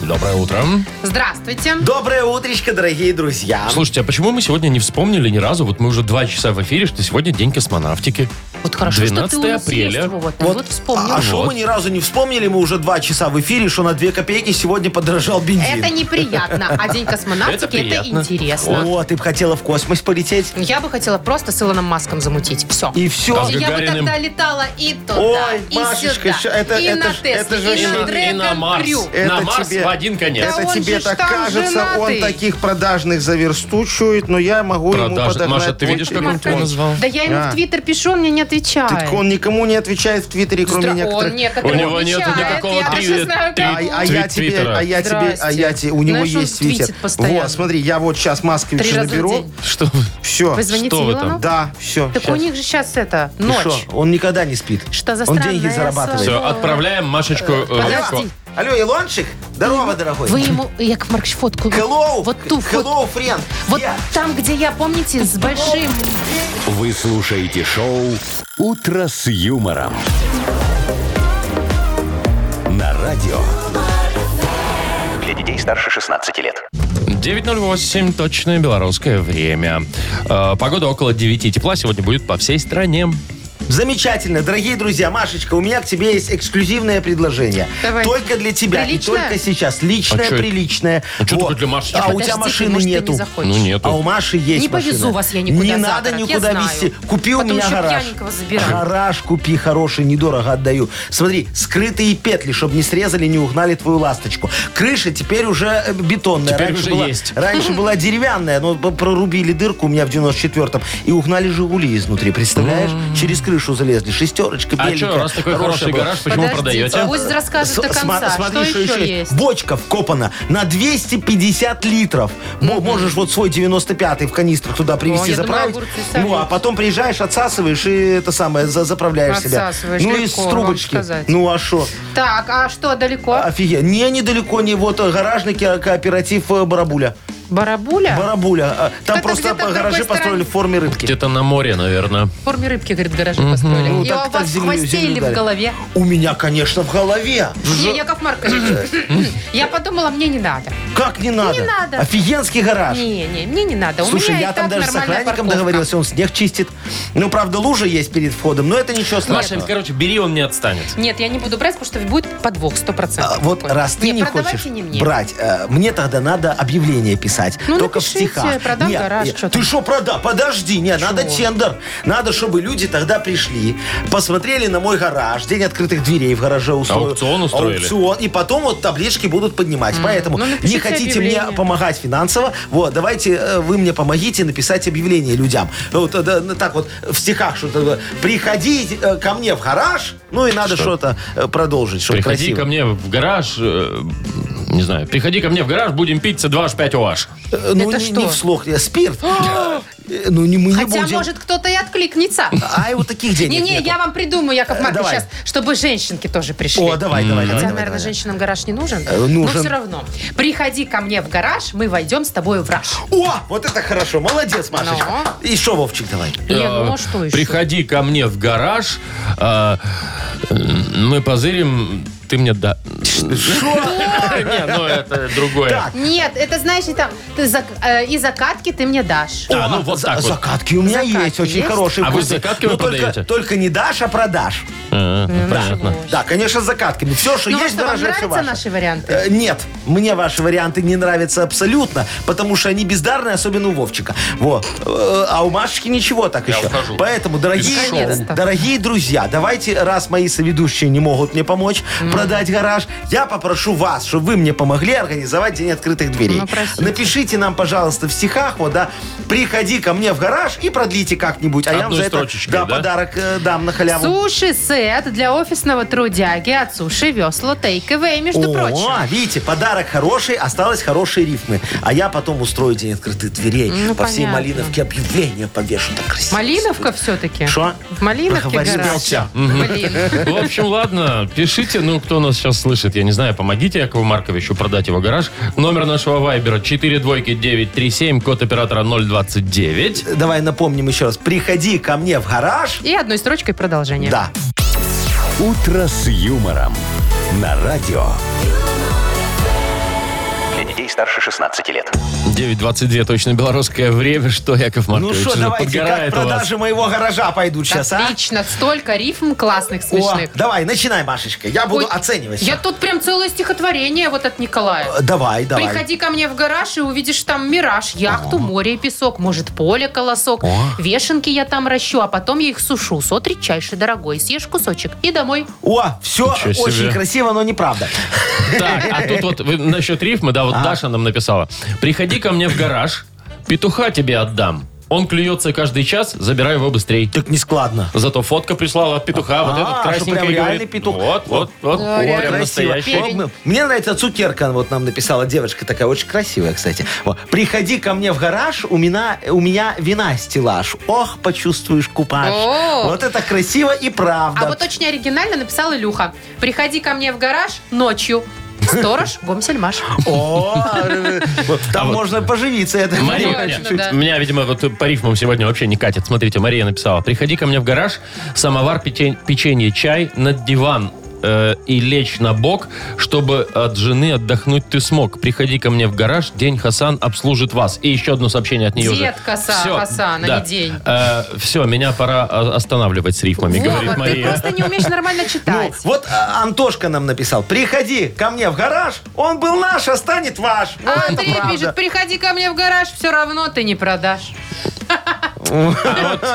Speaker 2: Доброе утро.
Speaker 3: Здравствуйте.
Speaker 4: Доброе утречко, дорогие друзья.
Speaker 2: Слушайте, а почему мы сегодня не вспомнили ни разу? Вот мы уже два часа в эфире, что сегодня день космонавтики.
Speaker 3: Вот хорошо, что ты у
Speaker 2: 12
Speaker 3: нас
Speaker 2: апреля.
Speaker 3: есть, Вова, ты
Speaker 4: Вот.
Speaker 3: вот вспомнил.
Speaker 4: А что
Speaker 2: Вот.
Speaker 4: мы ни разу не вспомнили, мы уже два часа в эфире, что на две копейки сегодня подорожал бензин.
Speaker 3: Это неприятно, а
Speaker 2: [LAUGHS]
Speaker 3: День космонавтики
Speaker 2: Это
Speaker 3: – это
Speaker 2: приятно.
Speaker 3: интересно.
Speaker 4: О, ты бы хотела в космос полететь?
Speaker 3: Я бы хотела просто с Илоном Маском замутить. Все.
Speaker 4: И все.
Speaker 2: Да, с
Speaker 3: Я бы
Speaker 2: Гагариным.
Speaker 3: тогда летала и туда,
Speaker 4: Ой,
Speaker 3: и
Speaker 4: Машечка, ща-
Speaker 3: сюда,
Speaker 4: это-
Speaker 3: и
Speaker 4: это
Speaker 3: на
Speaker 4: ж-
Speaker 3: Тесле,
Speaker 4: это же
Speaker 3: и на
Speaker 4: не-
Speaker 2: и на
Speaker 3: Dragon
Speaker 2: Марс.
Speaker 3: Крю.
Speaker 2: На Марс в один конец.
Speaker 3: Да
Speaker 4: Это
Speaker 3: А он
Speaker 4: тебе
Speaker 3: же ж
Speaker 4: так
Speaker 3: там
Speaker 4: кажется,
Speaker 3: женатый.
Speaker 4: он таких продажных за версту чует, но я могу ему
Speaker 2: Продажи.
Speaker 4: подогнать.
Speaker 2: Маша, ты видишь, как он
Speaker 4: телефон.
Speaker 2: тебя назвал?
Speaker 3: Да я ему
Speaker 4: Да.
Speaker 3: в Твиттер пишу, он мне не отвечает.
Speaker 4: А. Так он никому не отвечает в Твиттере, кроме
Speaker 3: Здра-
Speaker 4: некоторых.
Speaker 3: Он некоторым
Speaker 2: У него нету
Speaker 3: отвечает.
Speaker 2: никакого
Speaker 3: Я даже
Speaker 2: триви-
Speaker 3: знаю, как
Speaker 4: А, а я
Speaker 2: Твит-
Speaker 4: тебе,
Speaker 2: твиттера.
Speaker 4: а я тебе, а я тебе, у него
Speaker 3: Знаешь, он
Speaker 4: есть твиттер.
Speaker 3: твитит постоянно.
Speaker 4: Вот, смотри, я вот сейчас
Speaker 3: Три
Speaker 4: Масковича
Speaker 3: раза в
Speaker 4: наберу.
Speaker 3: день.
Speaker 2: Что вы?
Speaker 4: Все.
Speaker 3: Вы звоните
Speaker 2: Что вы там?
Speaker 3: Илону?
Speaker 4: Да, все.
Speaker 3: Так у них же сейчас это, ночь.
Speaker 4: Он никогда не спит.
Speaker 3: Что за
Speaker 4: Он
Speaker 3: странная
Speaker 4: деньги зарабатывает.
Speaker 3: особа?
Speaker 2: Все, отправляем Машечку. э,
Speaker 3: Подожди.
Speaker 4: Алло, Илончик, здорово, дорогой.
Speaker 3: Вы ему, Яков Маркович, фотку.
Speaker 4: Hello,
Speaker 3: Вот ту фотку.
Speaker 4: hello, friend.
Speaker 3: Вот
Speaker 4: Yeah.
Speaker 3: там, где я, помните, с большим...
Speaker 1: Вы слушаете шоу «Утро с юмором». На радио.
Speaker 6: Для детей старше 16 лет.
Speaker 2: 9.08, точное белорусское время. Э, Погода около 9 тепла сегодня будет по всей стране.
Speaker 4: Замечательно, дорогие друзья. Машечка, у меня к тебе есть эксклюзивное предложение.
Speaker 3: Давай.
Speaker 4: Только для тебя
Speaker 3: Приличное?
Speaker 4: и только сейчас.
Speaker 2: А
Speaker 4: Личное,
Speaker 2: чё это?
Speaker 4: приличное.
Speaker 2: А чё
Speaker 4: Вот.
Speaker 2: только для Машечки?
Speaker 4: А у тебя
Speaker 3: Подождите,
Speaker 4: машины
Speaker 3: может, ты не
Speaker 4: нету.
Speaker 3: захочешь.
Speaker 2: Ну,
Speaker 4: А у
Speaker 2: нету.
Speaker 4: Маши есть
Speaker 3: Не
Speaker 4: машина.
Speaker 3: повезу вас я никуда
Speaker 4: Не
Speaker 3: за
Speaker 4: надо
Speaker 3: город, я
Speaker 4: никуда
Speaker 3: знаю.
Speaker 4: везти. Купи
Speaker 3: Потом
Speaker 4: у меня
Speaker 3: еще
Speaker 4: гараж.
Speaker 3: пьяненького забираю.
Speaker 4: Гараж купи хороший, недорого отдаю. Смотри, скрытые петли, чтобы не срезали, не угнали твою ласточку. Крыша теперь уже э, бетонная.
Speaker 2: Теперь
Speaker 4: раньше
Speaker 2: уже
Speaker 4: была,
Speaker 2: есть.
Speaker 3: [LAUGHS]
Speaker 4: Раньше была деревянная, но б- прорубили дырку у меня в 94-м и угнали «Жигули» изнутри, представляешь? Через крышу залезли. Шестерочка,
Speaker 2: А
Speaker 4: беленькая.
Speaker 2: что, раз такой
Speaker 4: Хорошая
Speaker 2: хороший
Speaker 4: была.
Speaker 2: гараж, почему
Speaker 3: Подождите,
Speaker 2: продаете?
Speaker 3: Пусть расскажет
Speaker 4: Э, С-
Speaker 3: до конца,
Speaker 4: сма- смотри,
Speaker 3: что еще есть.
Speaker 4: Бочка вкопана на 250 литров. Мо- Можешь вот свой 95-й в канистрах туда привезти,
Speaker 3: я думала,
Speaker 4: заправить.
Speaker 3: огурцы
Speaker 4: ну, а
Speaker 3: солить.
Speaker 4: потом приезжаешь, отсасываешь и это самое, за- заправляешь себя.
Speaker 3: Отсасываешь,
Speaker 4: Ну,
Speaker 3: легко,
Speaker 4: из
Speaker 3: вам
Speaker 4: трубочки.
Speaker 3: сказать.
Speaker 4: Ну, а что?
Speaker 3: Так, а что, далеко?
Speaker 4: Офигеть. Не, недалеко, не вот э, гаражный ке- кооператив э, Барабуля.
Speaker 3: Барабуля?
Speaker 4: Барабуля. А, Там
Speaker 3: Это
Speaker 4: просто
Speaker 3: где-то в
Speaker 4: гаражи
Speaker 3: другой
Speaker 4: построили
Speaker 3: стороне.
Speaker 4: в форме рыбки.
Speaker 2: Где-то на море, наверное.
Speaker 3: В форме рыбки, говорит, гаражи построили.
Speaker 4: Ну,
Speaker 3: И
Speaker 4: так-
Speaker 3: у
Speaker 4: так
Speaker 3: вас в
Speaker 4: землю-
Speaker 3: хвосте
Speaker 4: землю
Speaker 3: или в
Speaker 4: дали. Ну,
Speaker 3: голове?
Speaker 4: У меня, конечно, в голове.
Speaker 3: Не, Яков
Speaker 4: [LAUGHS]
Speaker 3: Маркович, я подумала, мне не надо.
Speaker 4: Как не надо?
Speaker 3: надо.
Speaker 4: Офигенский гараж.
Speaker 3: Не, не, мне не надо. У
Speaker 4: А Слушай,
Speaker 3: меня
Speaker 4: я
Speaker 3: и так
Speaker 4: там даже с
Speaker 3: нормальная
Speaker 4: охранником
Speaker 3: парковка.
Speaker 4: договорился, он снег чистит. Ну, правда, лужа есть перед входом, но это ничего
Speaker 2: Маша,
Speaker 4: страшного.
Speaker 2: короче, бери, он не отстанет.
Speaker 3: Нет, я не буду брать, потому что будет подвох, сто
Speaker 4: А,
Speaker 3: процентов.
Speaker 4: Вот раз ты не, хочешь
Speaker 3: продавайте не [GASPS] мне.
Speaker 4: брать, э, мне тогда надо объявление писать.
Speaker 3: Ну,
Speaker 4: только
Speaker 3: напишите,
Speaker 4: в стихах.
Speaker 3: продам гараж,
Speaker 4: нет,
Speaker 3: чё
Speaker 4: ты
Speaker 3: там.
Speaker 4: что прода? Подожди, не, надо тендер. Надо, чтобы люди тогда пришли, посмотрели на мой гараж, день открытых дверей в гараже устроили.
Speaker 2: Аукцион устроили.
Speaker 4: Аукцион, и потом вот таблички будут поднимать. Поэтому
Speaker 3: ну,
Speaker 4: не
Speaker 3: напишите
Speaker 4: хотите
Speaker 3: объявление.
Speaker 4: мне помогать финансово, вот, давайте э, вы мне помогите написать объявление людям. Вот, э, да, ну, так вот, в стихах что-то. э, Приходи э, ко мне в гараж, ну и надо что-то э, продолжить, чтобы
Speaker 2: Приходи
Speaker 4: красиво.
Speaker 2: ко мне в гараж, э, не знаю, приходи ко мне в гараж, будем пицца 2H5 OH.
Speaker 4: Э, Ну,
Speaker 3: Это
Speaker 4: не,
Speaker 3: что?
Speaker 4: не вслух, э, спирт. Э, Ну, не мы не
Speaker 3: Хотя,
Speaker 4: будем.
Speaker 3: может, кто-то и откликнется.
Speaker 4: Ай, А, вот таких денег
Speaker 3: Не-не,
Speaker 4: нету.
Speaker 3: я вам придумаю, Яков Маркович,
Speaker 4: давай.
Speaker 3: сейчас, чтобы женщинки тоже пришли.
Speaker 4: О, давай,
Speaker 3: Хотя,
Speaker 4: давай, давай,
Speaker 3: наверное,
Speaker 4: давай. Э,
Speaker 3: женщинам гараж не нужен.
Speaker 4: нужен.
Speaker 3: Но все равно. Приходи ко мне в гараж, мы войдем с тобой в раж.
Speaker 4: О, вот это хорошо. Молодец, Машечка.
Speaker 3: Ну.
Speaker 4: И что, Вовчик, давай.
Speaker 3: Лен, ну а что еще?
Speaker 2: Э, Приходи ко мне в гараж, э, э, мы позырим, ты мне да... [LAUGHS] Не, ну это другое.
Speaker 4: Так.
Speaker 3: Нет, это знаешь, и там ты зак- э, и закатки ты мне дашь.
Speaker 2: А, ну вот
Speaker 4: За-
Speaker 2: так вот.
Speaker 4: Закатки у меня
Speaker 3: Закатки
Speaker 4: есть, очень
Speaker 3: есть?
Speaker 4: хорошие.
Speaker 2: А вы
Speaker 4: вкусные.
Speaker 2: закатки вы
Speaker 4: Но только-
Speaker 2: продаете?
Speaker 4: Только не дашь, а продашь.
Speaker 2: А, ну, Понятно.
Speaker 4: Да, конечно, с закатками. Все, что
Speaker 3: Ну а
Speaker 4: есть,
Speaker 3: что, вам
Speaker 4: дороже,
Speaker 3: нравятся
Speaker 4: все ваше.
Speaker 3: наши варианты?
Speaker 4: Э, Нет, мне ваши варианты не нравятся абсолютно, потому что они бездарные, особенно у Вовчика. Во. Э, А у Машечки ничего так еще.
Speaker 2: ухожу.
Speaker 4: Поэтому, дорогие,
Speaker 3: Наконец-то.
Speaker 4: дорогие друзья, давайте, раз мои соведущие не могут мне помочь продать гараж, я попрошу вас, чтобы вы мне помогли организовать день открытых дверей.
Speaker 3: Ну, просите.
Speaker 4: Напишите нам, пожалуйста, в стихах, вот, да, приходи ко мне в гараж и продлите как-нибудь. А я вам
Speaker 2: Одной
Speaker 4: за это
Speaker 2: строчечкой,
Speaker 4: да,
Speaker 2: да?
Speaker 4: подарок э, дам на халяву.
Speaker 3: Суши-сет для офисного трудяги от суши весла Take Away, между прочим.
Speaker 4: О, видите, подарок хороший, осталось хорошие рифмы. А я потом устрою день открытых дверей.
Speaker 3: Ну,
Speaker 4: По всей
Speaker 3: понятно.
Speaker 4: Малиновке объявление повешу так красиво.
Speaker 3: Малиновка все-таки.
Speaker 4: Шо?
Speaker 3: В Малиновке
Speaker 4: Проговорил.
Speaker 3: гараж.
Speaker 2: Всё.
Speaker 3: Блин.
Speaker 2: В общем, ладно, пишите, ну, кто нас сейчас слышит, я не знаю, помогите Якову Марковичу продать его гараж. Номер нашего вайбера 42937, код оператора 029.
Speaker 4: Давай напомним еще раз. Приходи ко мне в гараж.
Speaker 3: И одной строчкой продолжение.
Speaker 4: Да.
Speaker 1: «Утро с юмором» на радио.
Speaker 6: Для детей старше 16 лет.
Speaker 2: 9.22, точно белорусское время, что Яков
Speaker 4: Ну
Speaker 2: Маркович
Speaker 4: что,
Speaker 2: уже
Speaker 4: давайте, как
Speaker 2: подгорает у вас.
Speaker 4: продажи моего гаража пойдут сейчас, а?
Speaker 3: Отлично, столько рифм классных,
Speaker 4: О,
Speaker 3: смешных.
Speaker 4: давай, начинай, Машечка. Я буду
Speaker 3: Ой,
Speaker 4: оценивать.
Speaker 3: Я тут прям целое стихотворение вот от Николая.
Speaker 4: Э, Давай, давай.
Speaker 3: Приходи ко мне в гараж и увидишь там мираж, яхту, море и песок, может, поле, колосок. Вешенки я там ращу, а потом я их сушу. Сотри чайший, дорогой, съешь кусочек и домой.
Speaker 4: О, все
Speaker 2: Ничего себе.
Speaker 4: очень красиво, но неправда.
Speaker 2: Так, а тут вот вы насчет рифмы, да,
Speaker 4: А.
Speaker 2: вот Даша нам написала. Приходи ко мне в гараж, петуха тебе отдам. Он клюется каждый час, забирай его быстрей.
Speaker 4: Так нескладно.
Speaker 2: Зато фотка прислала от петуха, вот
Speaker 4: А,
Speaker 2: этот
Speaker 4: что,
Speaker 2: красненький.
Speaker 4: прям реальный
Speaker 2: говорит,
Speaker 4: петух?
Speaker 2: Вот, вот, вот,
Speaker 3: Да,
Speaker 2: прям
Speaker 3: реально.
Speaker 2: настоящий.
Speaker 3: Красиво.
Speaker 4: Мне- Мне нравится Цукерка, вот нам написала девочка такая, очень красивая, кстати. Вот. Приходи ко мне в гараж, у меня, у меня вина стеллаж. Ох, почувствуешь купаж.
Speaker 3: О!
Speaker 4: Вот это красиво и правда.
Speaker 3: А вот очень оригинально написал Илюха. Приходи ко мне в гараж ночью.
Speaker 4: [LAUGHS]
Speaker 3: Сторож, гомсельмаш.
Speaker 4: О, э, вот там можно поживиться. Это
Speaker 2: Мария,
Speaker 3: Точно,
Speaker 2: нет, чуть-
Speaker 3: Ну, да.
Speaker 2: меня, видимо, вот по рифмам сегодня вообще не катит. Смотрите, Мария написала. Приходи ко мне в гараж, самовар, печень- печенье, чай, на диван э, и лечь на бок, чтобы от жены отдохнуть ты смог. Приходи ко мне в гараж, день Хасан обслужит вас. И еще одно сообщение от нее же.
Speaker 3: Дед Хаса-
Speaker 2: Всё,
Speaker 3: Хасана, не день.
Speaker 2: все, меня пора а, останавливать с рифмами, говорит
Speaker 3: Вова, ты
Speaker 2: Мария.
Speaker 3: просто не умеешь нормально
Speaker 4: Ну,
Speaker 3: читать.
Speaker 4: вот а, Антошка нам написал, приходи ко мне в гараж, он был наш, а станет ваш. Вот
Speaker 3: А
Speaker 4: это
Speaker 3: Андрей
Speaker 4: правда.
Speaker 3: пишет, приходи ко мне в гараж, все равно ты не продашь.
Speaker 4: [LAUGHS]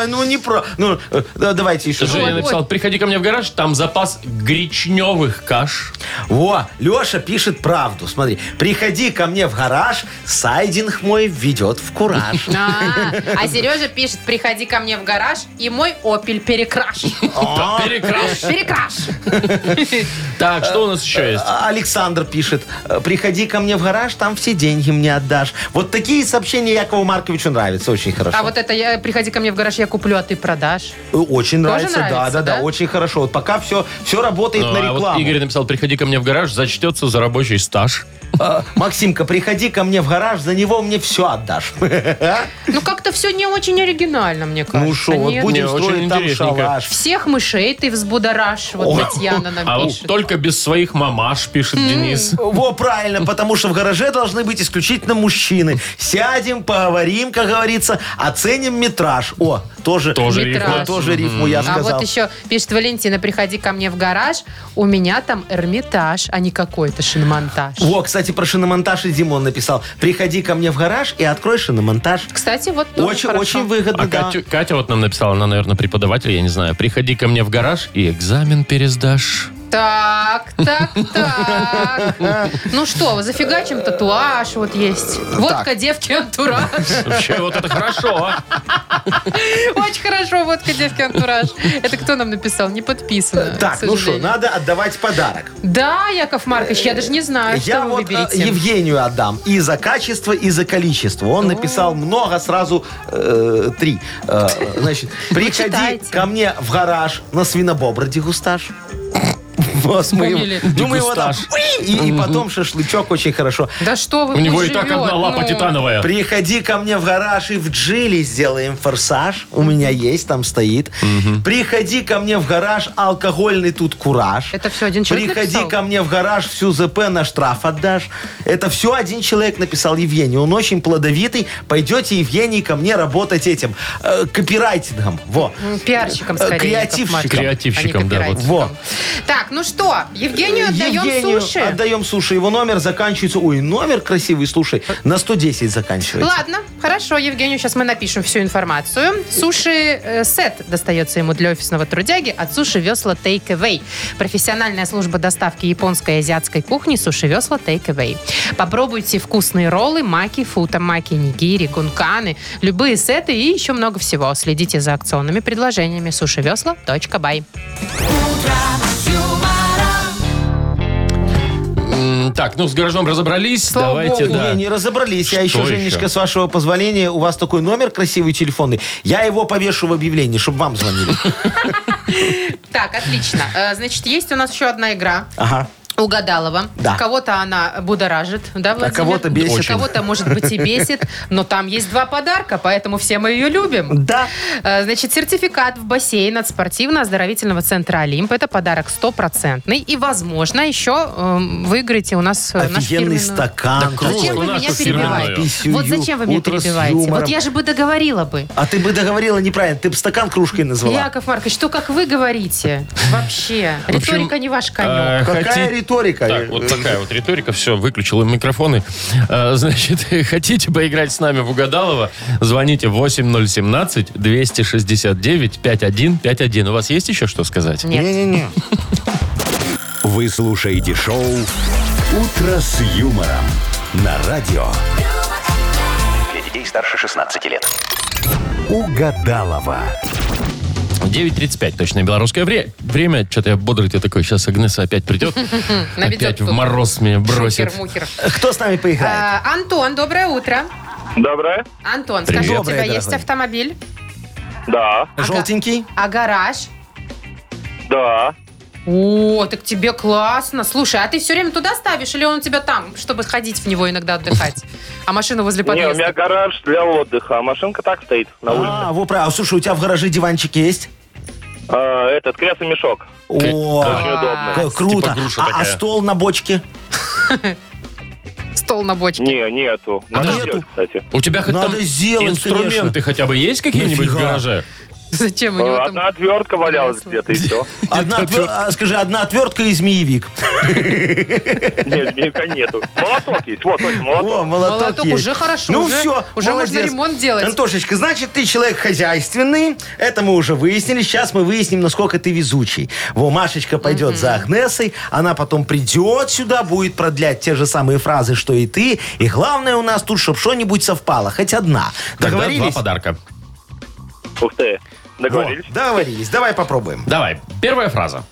Speaker 4: Ну, не про... Ну, э, да, давайте еще.
Speaker 2: Женя
Speaker 3: Вот,
Speaker 2: написал, приходи ко мне в гараж, там запас гречневых каш.
Speaker 4: Во, Леша пишет правду. Смотри, приходи ко мне в гараж, сайдинг мой ведет в
Speaker 3: [LAUGHS]
Speaker 4: кураж.
Speaker 3: А, а Сережа пишет, приходи ко мне в гараж, и мой опель перекраш.
Speaker 4: А,
Speaker 2: Перекрас.
Speaker 3: Перекраш.
Speaker 2: Так, что у нас еще есть?
Speaker 4: а, Александр пишет, э, приходи ко мне в гараж, там все деньги мне отдашь. Вот такие сообщения Якову Марковичу нравятся, очень хорошо.
Speaker 3: А вот это я, приходи ко мне в гараж, я куплю, а ты продашь.
Speaker 4: Э, Очень нравится,
Speaker 3: нравится,
Speaker 4: да, да,
Speaker 3: да?
Speaker 4: да, очень хорошо. Вот пока все, все работает
Speaker 2: Ну,
Speaker 4: на
Speaker 2: а вот
Speaker 4: рекламу.
Speaker 2: Игорь написал, приходи ко мне в гараж, зачтется за рабочий стаж.
Speaker 4: А, Максимка, приходи ко мне в гараж, за него мне все отдашь. [LAUGHS]
Speaker 3: Ну, как-то все не очень оригинально, мне кажется.
Speaker 4: Ну что, вот
Speaker 3: нет?
Speaker 2: Не,
Speaker 4: будем
Speaker 2: очень
Speaker 4: строить там
Speaker 2: интересненько.
Speaker 4: шалаш.
Speaker 3: Всех мышей ты взбударашь, вот Татьяна нам
Speaker 2: А вот
Speaker 3: пишет.
Speaker 2: только без своих мамаш, пишет Денис.
Speaker 4: Во, правильно, потому что в гараже должны быть исключительно мужчины. Сядем, поговорим, как говорится, оценим метраж. О, тоже,
Speaker 2: Тоже
Speaker 3: Метраж.
Speaker 2: рифма.
Speaker 4: О, тоже рифму я
Speaker 3: А
Speaker 4: сказал.
Speaker 3: вот еще пишет Валентина, приходи ко мне в гараж, у меня там Эрмитаж, а не какой-то шиномонтаж.
Speaker 4: Во, кстати, про шиномонтаж и Димон написал. Приходи ко мне в гараж и открой шиномонтаж.
Speaker 3: Кстати, вот тоже
Speaker 4: Очень,
Speaker 3: хорошо.
Speaker 4: очень
Speaker 2: А
Speaker 4: выгодно, да.
Speaker 2: Катю- Катя вот нам написала, она, наверное, преподаватель, я не знаю. Приходи ко мне в гараж и экзамен пересдашь.
Speaker 3: Так, так, так. Ну что, зафигачим татуаж вот есть. Водка, девки, антураж.
Speaker 2: Вообще, вот это хорошо.
Speaker 3: [LAUGHS]
Speaker 2: а.
Speaker 3: Очень хорошо, водка, девки, антураж. Это кто нам написал? Не подписано. к
Speaker 4: Так, ну что,
Speaker 3: сожалению.
Speaker 4: надо отдавать подарок.
Speaker 3: Да, Яков Маркович, я даже не знаю, что
Speaker 4: Я
Speaker 3: вы
Speaker 4: вот э,
Speaker 3: выберете.
Speaker 4: Евгению отдам и за качество, и за количество. Он написал много, сразу э, три. Э,
Speaker 3: [LAUGHS]
Speaker 4: значит, приходи
Speaker 3: читайте.
Speaker 4: ко мне в гараж на свинобобра дегустаж. Вот мы его-
Speaker 3: Вспомнили.
Speaker 4: ну, мы его там-
Speaker 2: Дегустаж.
Speaker 4: и, и потом шашлычок очень хорошо.
Speaker 3: Да что вы,
Speaker 2: У него и
Speaker 3: пусть
Speaker 2: так
Speaker 3: живет,
Speaker 2: одна лапа
Speaker 3: ну.
Speaker 2: титановая.
Speaker 4: Приходи ко мне в гараж и в джили сделаем форсаж. У меня есть, там стоит. Приходи ко мне в гараж, алкогольный тут кураж.
Speaker 3: Это все один человек
Speaker 4: Приходи
Speaker 3: написал?
Speaker 4: ко мне в гараж, всю ЗП на штраф отдашь. Это все один человек написал Евгений. Он очень плодовитый. Пойдете, Евгений, ко мне работать этим. э, копирайтингом. Во.
Speaker 3: Пиарщиком
Speaker 4: Э,
Speaker 3: скорее. Яков
Speaker 4: креативщиком.
Speaker 3: Маркович, а не
Speaker 2: Креативщиком, да, вот.
Speaker 3: копирайтером.
Speaker 4: Во.
Speaker 3: Так, ну что, Евгению отдаем
Speaker 4: Евгению
Speaker 3: суши.
Speaker 4: Отдаем суши. Его номер заканчивается... Ой, номер красивый, слушай. На 110 заканчивается.
Speaker 3: Ладно, хорошо, Евгению, сейчас мы напишем всю информацию. Суши-сет достается ему для офисного трудяги от суши-весла Take Away. Профессиональная служба доставки японской и азиатской кухни суши-весла Take Away. Попробуйте вкусные роллы, маки, футамаки, нигири, гунканы, любые сеты и еще много всего. Следите за акционными предложениями суши-весла.бай.
Speaker 2: М, Так, ну с гаражом разобрались.
Speaker 3: Слава
Speaker 2: Давайте,
Speaker 3: богу.
Speaker 2: да.
Speaker 4: Не, не разобрались. я
Speaker 2: Что
Speaker 4: еще, Женечка, с вашего позволения, у вас такой номер красивый телефонный. Я его повешу в объявлении, чтобы вам звонили.
Speaker 3: Так, отлично. Э, Значит, есть у нас еще одна игра.
Speaker 4: Ага.
Speaker 3: Угадалова.
Speaker 4: Да.
Speaker 3: Кого-то она будоражит, да, Владимир?
Speaker 4: кого-то бесит. Очень.
Speaker 3: Кого-то, может быть, и бесит. Но там есть два подарка, поэтому все мы ее любим.
Speaker 4: Да.
Speaker 3: Э, Значит, сертификат в бассейн от спортивно-оздоровительного центра «Олимп». Это подарок стопроцентный. И, возможно, еще эм, выиграете у нас э, наш
Speaker 4: Офигенный
Speaker 3: фирменную-
Speaker 4: стакан.
Speaker 2: круто.
Speaker 3: Зачем вы
Speaker 2: Ручку
Speaker 3: меня
Speaker 2: нашу фирменную.
Speaker 3: перебиваете?
Speaker 4: Писюю.
Speaker 3: Вот зачем вы меня
Speaker 4: Утро с
Speaker 3: перебиваете?
Speaker 4: юмором.
Speaker 3: Вот я же бы договорила бы.
Speaker 4: А ты бы договорила неправильно, ты бы стакан кружкой назвала.
Speaker 3: Яков Маркович, что как вы говорите? Вообще.
Speaker 2: В общем,
Speaker 3: Риторика не ваш конек.
Speaker 2: э,
Speaker 4: Какая
Speaker 2: хотите-
Speaker 4: риторика? Э,
Speaker 2: Так, вот такая вот риторика. Все, выключил им микрофоны. Э, Значит, [LAUGHS] хотите поиграть с нами в Угадалова? Звоните 8017-269-5151. У вас есть еще что сказать?
Speaker 4: Не-не-не.
Speaker 1: Вы слушаете шоу «Утро с юмором» на радио
Speaker 6: Для детей старше 16 лет.
Speaker 1: «Угадалова».
Speaker 2: 9.35, точное белорусское вре- время. Что-то я бодрый, ты такой, сейчас Агнеса опять придет.
Speaker 3: Наведет
Speaker 2: Опять в
Speaker 3: тут
Speaker 2: мороз меня бросит.
Speaker 3: Шухер-мухер.
Speaker 4: Кто с нами поиграет?
Speaker 3: А, Антон, доброе утро.
Speaker 7: Доброе?
Speaker 3: Антон,
Speaker 2: Привет.
Speaker 3: скажи, у
Speaker 4: Доброе,
Speaker 3: тебя есть
Speaker 4: дорогой.
Speaker 3: автомобиль,
Speaker 7: Да,
Speaker 4: Желтенький?
Speaker 3: а гараж?
Speaker 7: да.
Speaker 3: О, так тебе классно. Слушай, а ты все время туда ставишь или он у тебя там, чтобы ходить в него иногда отдыхать? А машину возле
Speaker 7: [LAUGHS] Не, у меня
Speaker 3: подъезда?
Speaker 7: гараж для отдыха, а машинка так стоит на улице.
Speaker 4: А, во, правильно. Слушай, у тебя в гараже диванчик есть?
Speaker 7: А, этот кресл мешок.
Speaker 4: О,
Speaker 8: Очень удобно.
Speaker 4: как круто.
Speaker 2: Э, Типа груша
Speaker 4: А, а
Speaker 2: такая.
Speaker 4: стол на бочке?
Speaker 3: Стол на бочке.
Speaker 7: Не, нету. Надо
Speaker 4: А нету?
Speaker 7: сделать, кстати.
Speaker 2: У тебя хоть
Speaker 4: Надо
Speaker 2: там
Speaker 4: сделать,
Speaker 2: инструменты
Speaker 4: конечно.
Speaker 2: хотя бы есть какие-нибудь в
Speaker 4: Нафига?
Speaker 2: гараже?
Speaker 3: Зачем у него
Speaker 7: Э,
Speaker 3: там...
Speaker 7: Одна отвертка валялась
Speaker 3: Кресло.
Speaker 7: где-то и все.
Speaker 4: Одна отвер- а, Скажи, одна отвертка и змеевик.
Speaker 7: Нет, змейка нету. Молоток есть. Вот, точно,
Speaker 4: О,
Speaker 7: молоток.
Speaker 4: молоток,
Speaker 3: Молоток
Speaker 4: есть.
Speaker 3: уже хорошо,
Speaker 4: Ну
Speaker 3: уже-
Speaker 4: все,
Speaker 3: уже можно ремонт делать.
Speaker 4: Антошечка, значит, ты человек хозяйственный. Это мы уже выяснили. Сейчас мы выясним, насколько ты везучий. Во, Машечка пойдет за Агнесой. Она потом придет сюда, будет продлять те же самые фразы, что и ты. И главное у нас тут, чтобы что-нибудь совпало. Хоть одна.
Speaker 2: Тогда
Speaker 4: Договорились?
Speaker 2: два подарка.
Speaker 7: Ух ты.
Speaker 4: Во,
Speaker 7: Договорились?
Speaker 4: договорились. Давай попробуем.
Speaker 2: Давай, первая фраза.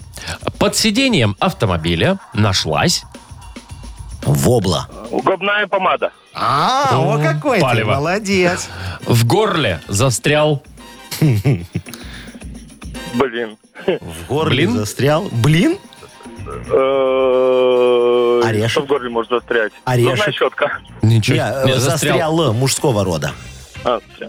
Speaker 2: Под сиденьем автомобиля нашлась...
Speaker 4: Вобла.
Speaker 7: Губная помада.
Speaker 4: А, о, какой
Speaker 2: палево.
Speaker 4: ты. Молодец.
Speaker 2: В горле застрял...
Speaker 7: Блин.
Speaker 4: В горле
Speaker 2: Блин?
Speaker 4: застрял. Блин?
Speaker 7: Э,
Speaker 4: Орешек.
Speaker 7: Что в горле может застрять?
Speaker 4: Орешек.
Speaker 7: Зубная щетка.
Speaker 2: Ничего, не,
Speaker 4: Не, э,
Speaker 2: застрял.
Speaker 4: застрял мужского рода.
Speaker 7: А, всё.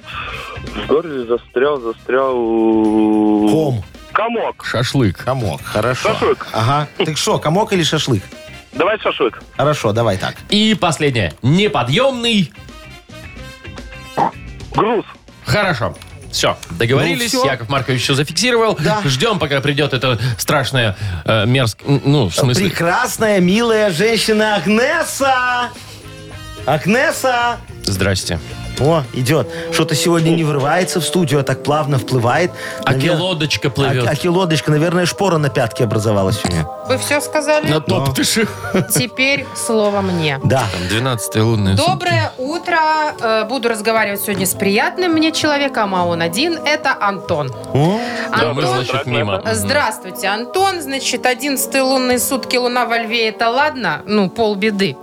Speaker 7: В горле застрял, застрял... э,
Speaker 4: Ком.
Speaker 7: Комок.
Speaker 2: Шашлык.
Speaker 4: Комок, хорошо.
Speaker 7: Шашлык.
Speaker 4: Ага. Так что, комок или шашлык?
Speaker 7: Давай шашлык.
Speaker 4: Хорошо, давай так.
Speaker 2: И последнее. Неподъемный...
Speaker 7: Груз.
Speaker 2: Хорошо. Все, договорились.
Speaker 4: Ну, всё.
Speaker 2: Яков Маркович все зафиксировал.
Speaker 4: Да.
Speaker 2: Ждем, пока придет эта страшная э, мерзк... Ну, в смысле...
Speaker 4: Прекрасная, милая женщина Агнеса! Агнеса!
Speaker 2: Здрасте.
Speaker 4: О, идет. Что-то сегодня не врывается в студию, а так плавно вплывает.
Speaker 2: Аки
Speaker 4: Навер-
Speaker 2: лодочка
Speaker 4: А-
Speaker 2: плывет.
Speaker 4: аки лодочка. Наверное, шпора на пятке образовалась у нее.
Speaker 3: Вы все сказали?
Speaker 2: На топтыши.
Speaker 3: Теперь слово мне.
Speaker 4: Да.
Speaker 2: 12 лунная
Speaker 3: Доброе утро. Э, Буду разговаривать сегодня с приятным мне человеком, а он один. Это Антон.
Speaker 4: О,
Speaker 2: Да, мы,
Speaker 3: Антон,
Speaker 2: значит, мимо.
Speaker 3: Здравствуйте, Антон. Значит, 11 лунные сутки луна во льве, это ладно? Ну, полбеды.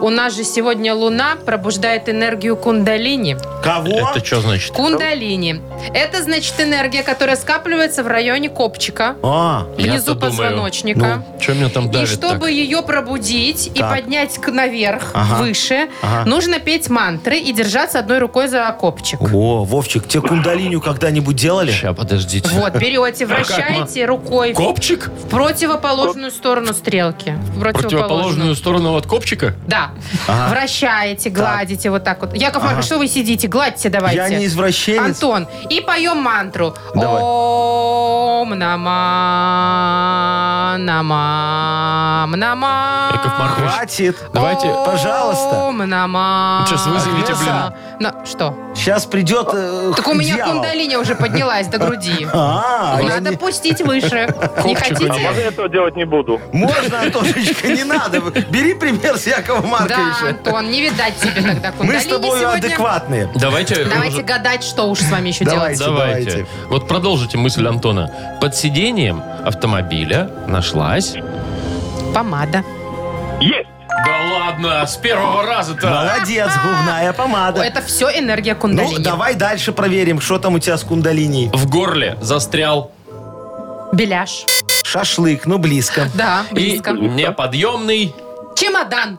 Speaker 3: У нас же сегодня луна пробуждает энергию кундалини.
Speaker 4: кого?
Speaker 2: Это что значит?
Speaker 4: Ну,
Speaker 3: Кундалини. Это, значит, энергия, которая скапливается в районе копчика,
Speaker 4: А,
Speaker 2: Я-то
Speaker 3: внизу
Speaker 2: думаю,
Speaker 3: позвоночника.
Speaker 2: Что меня там
Speaker 3: И
Speaker 2: давит
Speaker 3: чтобы
Speaker 2: так?
Speaker 3: ее пробудить
Speaker 4: Так.
Speaker 3: и поднять к- наверх,
Speaker 4: Ага.
Speaker 3: выше,
Speaker 4: Ага.
Speaker 3: нужно петь мантры и держаться одной рукой за копчик.
Speaker 4: о, Вовчик, тебе кундалиню когда-нибудь делали?
Speaker 2: Ща, подождите.
Speaker 3: Вот, берете,
Speaker 2: [LAUGHS] как,
Speaker 3: вращаете рукой в
Speaker 2: Копчик?
Speaker 3: противоположную сторону стрелки. В
Speaker 2: Противоположную
Speaker 3: противоположную.
Speaker 2: сторону от копчика?
Speaker 3: Да.
Speaker 4: Ага.
Speaker 3: Вращаете, гладите вот так вот. Яков Маркович, что вы сидите? Гладьте давайте.
Speaker 4: Я не извращенец.
Speaker 3: Антон, и поем мантру.
Speaker 4: Давай.
Speaker 3: Ом нама нама нама.
Speaker 2: Яков Маркович,
Speaker 4: Хватит.
Speaker 2: Давайте. Ну,
Speaker 4: Пожалуйста.
Speaker 3: Ом нама.
Speaker 2: Сейчас вызовите, блин.
Speaker 3: На- что?
Speaker 4: Сейчас придет э,
Speaker 3: Так у меня
Speaker 4: дьявол.
Speaker 3: кундалиня уже поднялась до груди.
Speaker 4: [LAUGHS] А, я
Speaker 3: Надо
Speaker 4: не-
Speaker 3: пустить выше. Не
Speaker 7: А
Speaker 3: хотите?
Speaker 7: можно я этого делать не буду?
Speaker 4: Можно, Антошечка, не надо. Бери пример с Якова
Speaker 3: Да,
Speaker 4: Марковича.
Speaker 3: Антон, не видать тебе тогда кундалини
Speaker 4: Мы с тобой
Speaker 3: сегодня.
Speaker 4: адекватные.
Speaker 2: Давайте...
Speaker 3: Давайте
Speaker 2: уже-
Speaker 3: гадать, что уж с вами еще
Speaker 4: Давайте.
Speaker 3: делать.
Speaker 2: Давайте.
Speaker 4: давайте.
Speaker 2: Вот продолжите мысль Антона. Под сиденьем автомобиля нашлась...
Speaker 3: Помада.
Speaker 7: Есть.
Speaker 2: Да ладно, с первого раза-то.
Speaker 4: Молодец, губная помада.
Speaker 3: Это все энергия
Speaker 4: Ну,
Speaker 3: кундалини.
Speaker 4: давай дальше проверим, что там у тебя с кундалиней.
Speaker 2: В горле застрял
Speaker 3: Беляш.
Speaker 4: Шашлык, ну близко.
Speaker 3: Да,
Speaker 2: и
Speaker 3: близко.
Speaker 2: неподъемный.
Speaker 3: Чемодан.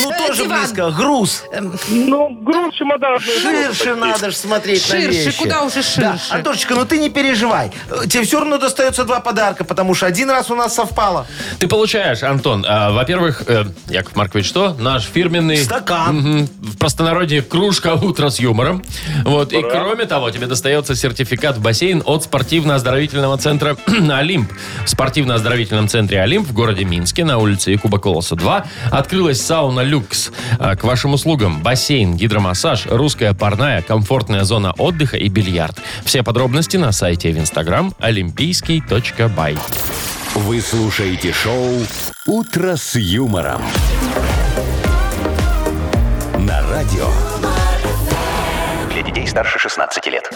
Speaker 4: Ну
Speaker 3: Э,
Speaker 4: тоже
Speaker 3: диван. Эм,
Speaker 4: близко. Груз.
Speaker 7: Ну, груз, чемодан.
Speaker 4: Ширше надо ж смотреть на
Speaker 3: Ширше,
Speaker 4: вещи.
Speaker 3: куда уже
Speaker 4: Да,
Speaker 3: ширше.
Speaker 4: Антошечка, ну ты не переживай. Э, Тебе все равно достается два подарка, потому что один раз у нас совпало.
Speaker 2: Ты получаешь, Антон, э, во-первых, э, Яков Маркович, что? Наш фирменный...
Speaker 4: Стакан.
Speaker 2: Мгм. В простонародье кружка «Утро с юмором». Вот. И кроме того, тебе достается сертификат в бассейн от спортивно-оздоровительного центра [CLEARS THROAT] «Олимп». В спортивно-оздоровительном центре «Олимп» в городе Минске на улице Якуба Колоса 2 открылась сауна «Люкс». А, К вашим услугам бассейн, гидромассаж, русская парная, комфортная зона отдыха и бильярд. Все подробности на сайте и в инстаграм олимпийский.бай.
Speaker 1: Вы слушаете шоу «Утро с юмором». На радио.
Speaker 6: Для детей старше 16 лет.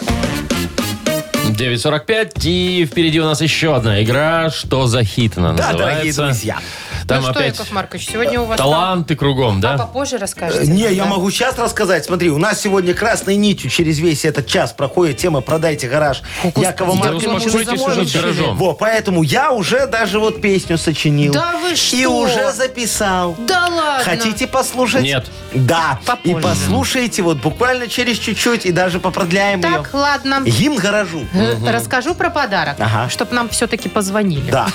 Speaker 2: 9.45 и впереди у нас еще одна игра «Что за хит?» она
Speaker 4: Да, дорогие
Speaker 2: называется.
Speaker 4: друзья.
Speaker 2: Там
Speaker 3: ну что,
Speaker 2: опять
Speaker 3: Яков Маркович, сегодня у вас там-
Speaker 2: таланты кругом,
Speaker 3: А
Speaker 2: да?
Speaker 3: попозже
Speaker 4: Э,
Speaker 3: расскажете?
Speaker 4: Не, я
Speaker 3: Да.
Speaker 4: могу сейчас рассказать. Смотри, у нас сегодня красной нитью через весь этот час проходит тема «Продайте гараж» Якова
Speaker 2: да
Speaker 4: Марковича
Speaker 2: успокойтесь уже с
Speaker 4: Нахимовича.
Speaker 2: гаражом.
Speaker 4: Во, поэтому я уже даже вот песню сочинил.
Speaker 3: Да вы
Speaker 4: И
Speaker 3: что?
Speaker 4: уже записал.
Speaker 3: Да ладно.
Speaker 4: Хотите послушать?
Speaker 2: Нет.
Speaker 4: Да.
Speaker 3: Попозже.
Speaker 4: И послушайте вот буквально через чуть-чуть и даже попродляем
Speaker 3: Так, ладно.
Speaker 4: ее. Гимн гаражу.
Speaker 3: Э, Расскажу про подарок,
Speaker 4: Ага.
Speaker 3: чтобы нам все-таки позвонили.
Speaker 4: Да.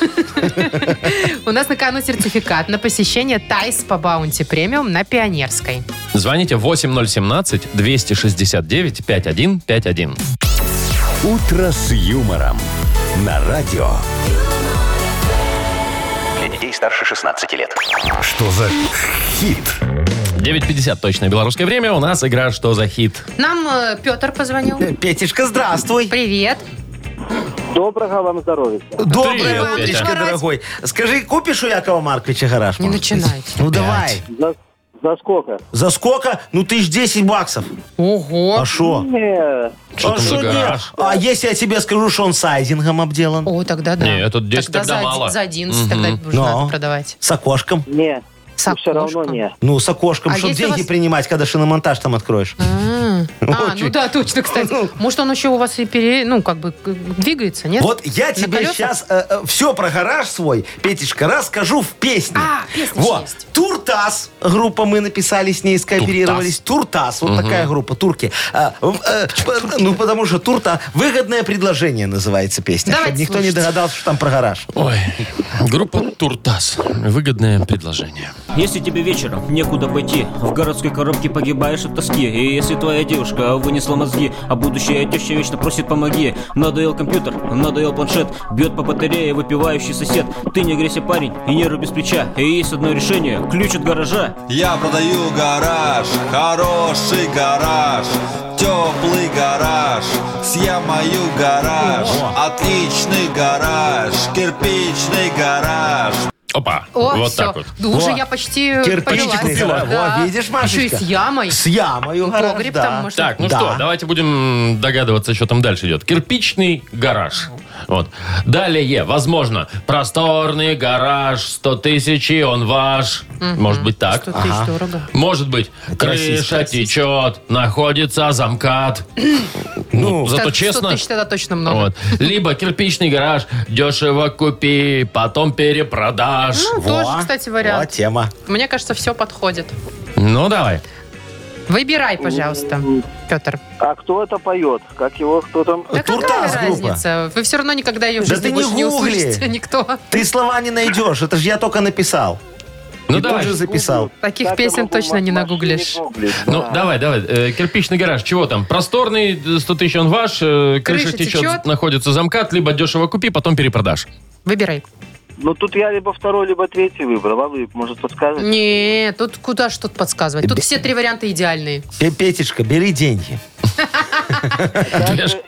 Speaker 3: У нас на кону сертификат на посещение Тайс по Баунти Премиум на Пионерской.
Speaker 2: Звоните 8017-269-5151.
Speaker 1: «Утро с юмором» на радио.
Speaker 6: Для детей старше 16 лет.
Speaker 1: Что за хит?
Speaker 2: 9.50 точное белорусское время. У нас игра «Что за хит?».
Speaker 3: Нам Петр позвонил.
Speaker 4: Петечка, здравствуй.
Speaker 3: Привет.
Speaker 7: Доброго вам здоровья.
Speaker 2: Привет,
Speaker 4: Доброе
Speaker 2: Петя.
Speaker 4: утречко, дорогой. Скажи, купишь у Якова Марковича гараж?
Speaker 3: Не
Speaker 4: может?
Speaker 3: начинайте.
Speaker 4: Ну давай.
Speaker 7: За, за сколько?
Speaker 4: За сколько? Ну, тысяч десять баксов.
Speaker 3: Ого.
Speaker 4: А шо?
Speaker 7: Не,
Speaker 2: Что
Speaker 4: а
Speaker 2: там за
Speaker 4: шо
Speaker 2: гараж?
Speaker 4: нет? А если я тебе скажу, что он сайдингом обделан?
Speaker 3: О, тогда да.
Speaker 2: Не, это 10 тогда
Speaker 3: за,
Speaker 2: мало.
Speaker 3: За 11 тогда уже
Speaker 4: Но.
Speaker 3: надо продавать.
Speaker 4: С окошком?
Speaker 7: не.
Speaker 3: С
Speaker 7: Все равно
Speaker 3: окошком.
Speaker 7: не.
Speaker 4: Ну, с окошком,
Speaker 3: А
Speaker 4: чтобы
Speaker 3: если у
Speaker 4: деньги
Speaker 3: вас-
Speaker 4: принимать, когда шиномонтаж там откроешь. [LAUGHS]
Speaker 3: А, А, ну
Speaker 4: Очень. Ну.
Speaker 3: да, точно, кстати. Может, он еще у вас и пере... ну, как бы к- двигается, нет?
Speaker 4: Вот я тебе
Speaker 3: колесах?
Speaker 4: сейчас все про гараж свой, Петечка, расскажу в песне.
Speaker 3: А, песня же
Speaker 4: вот.
Speaker 3: есть.
Speaker 4: Туртас. Группа мы написали с ней, скооперировались. Туртас. Вот такая группа, турки. Э, в- э, п- ну, потому что Турта выгодное предложение называется песня.
Speaker 3: Давайте
Speaker 4: Чтоб никто
Speaker 3: слушать.
Speaker 4: не догадался, что там про гараж.
Speaker 2: Ой, группа «Туртас». Выгодное предложение.
Speaker 9: Если тебе вечером некуда пойти, в городской коробке погибаешь от тоски. И если твоя девушка вынесла мозги, а будущая теща вечно просит помоги. Надоел компьютер, надоел планшет, бьет по батарее выпивающий сосед. Ты не грейся, парень, и не руби с плеча. И есть одно решение, ключ от гаража.
Speaker 10: Я продаю гараж, хороший гараж, теплый гараж, съем мою гараж, отличный гараж, кирпичный гараж.
Speaker 2: Опа,
Speaker 3: О,
Speaker 2: вот
Speaker 3: все.
Speaker 2: так вот.
Speaker 3: Уже
Speaker 4: Во.
Speaker 3: я почти
Speaker 4: Кирпичик
Speaker 3: повелась.
Speaker 4: купила.
Speaker 3: Да.
Speaker 4: Во, видишь, Машечка?
Speaker 3: Еще и с ямой.
Speaker 4: С ямою гараж,
Speaker 3: Погреб
Speaker 4: да.
Speaker 3: там, может,
Speaker 2: Так, ну
Speaker 4: Да.
Speaker 2: что, давайте будем догадываться, что там дальше идет. Кирпичный гараж. Вот. Далее, возможно, просторный гараж, 100 тысяч, и он ваш. Может быть так.
Speaker 3: 100 тысяч дорого.
Speaker 2: Может быть,
Speaker 4: расист,
Speaker 2: крыша течет, находится
Speaker 4: [COUGHS]
Speaker 2: замкат. Ну, зато
Speaker 3: 100
Speaker 2: честно.
Speaker 3: тысяч ну. тогда точно много.
Speaker 2: Вот. Либо кирпичный гараж, дешево купи, потом перепродашь.
Speaker 3: Ну, тоже, кстати,
Speaker 4: Во,
Speaker 3: вариант.
Speaker 4: тема.
Speaker 3: Мне кажется, все подходит.
Speaker 2: Ну, давай.
Speaker 3: Выбирай, пожалуйста, Петр.
Speaker 7: А кто это поет? Как его, кто там?
Speaker 3: Да
Speaker 4: Туртас
Speaker 3: какая
Speaker 4: группа.
Speaker 3: разница? Вы все равно никогда ее в
Speaker 4: Да
Speaker 3: жизни
Speaker 4: ты не
Speaker 3: больше не
Speaker 4: гугли.
Speaker 3: услышите [LAUGHS] никто.
Speaker 4: Ты слова не найдешь, это же я только написал.
Speaker 2: Ну,
Speaker 4: И
Speaker 2: давай.
Speaker 4: тут же записал.
Speaker 3: Таких
Speaker 7: Так я
Speaker 3: песен
Speaker 7: могу
Speaker 3: точно
Speaker 7: в
Speaker 3: не
Speaker 7: машине
Speaker 3: нагуглишь.
Speaker 7: гуглить,
Speaker 2: Ну,
Speaker 7: да.
Speaker 2: давай, давай. Э, кирпичный гараж, чего там? Просторный, э, 100 тысяч он ваш, э, крыша,
Speaker 3: Крыша
Speaker 2: течет,
Speaker 3: течет.
Speaker 2: находится замкат, либо дешево купи, потом перепродашь.
Speaker 3: Выбирай.
Speaker 7: Ну, тут я либо второй, либо третий выбрал. А вы, может, подскажете?
Speaker 3: Не, тут куда что-то подсказывать. Тут все три варианта идеальные.
Speaker 4: Пе- Петечка, бери деньги.
Speaker 2: Две, ш-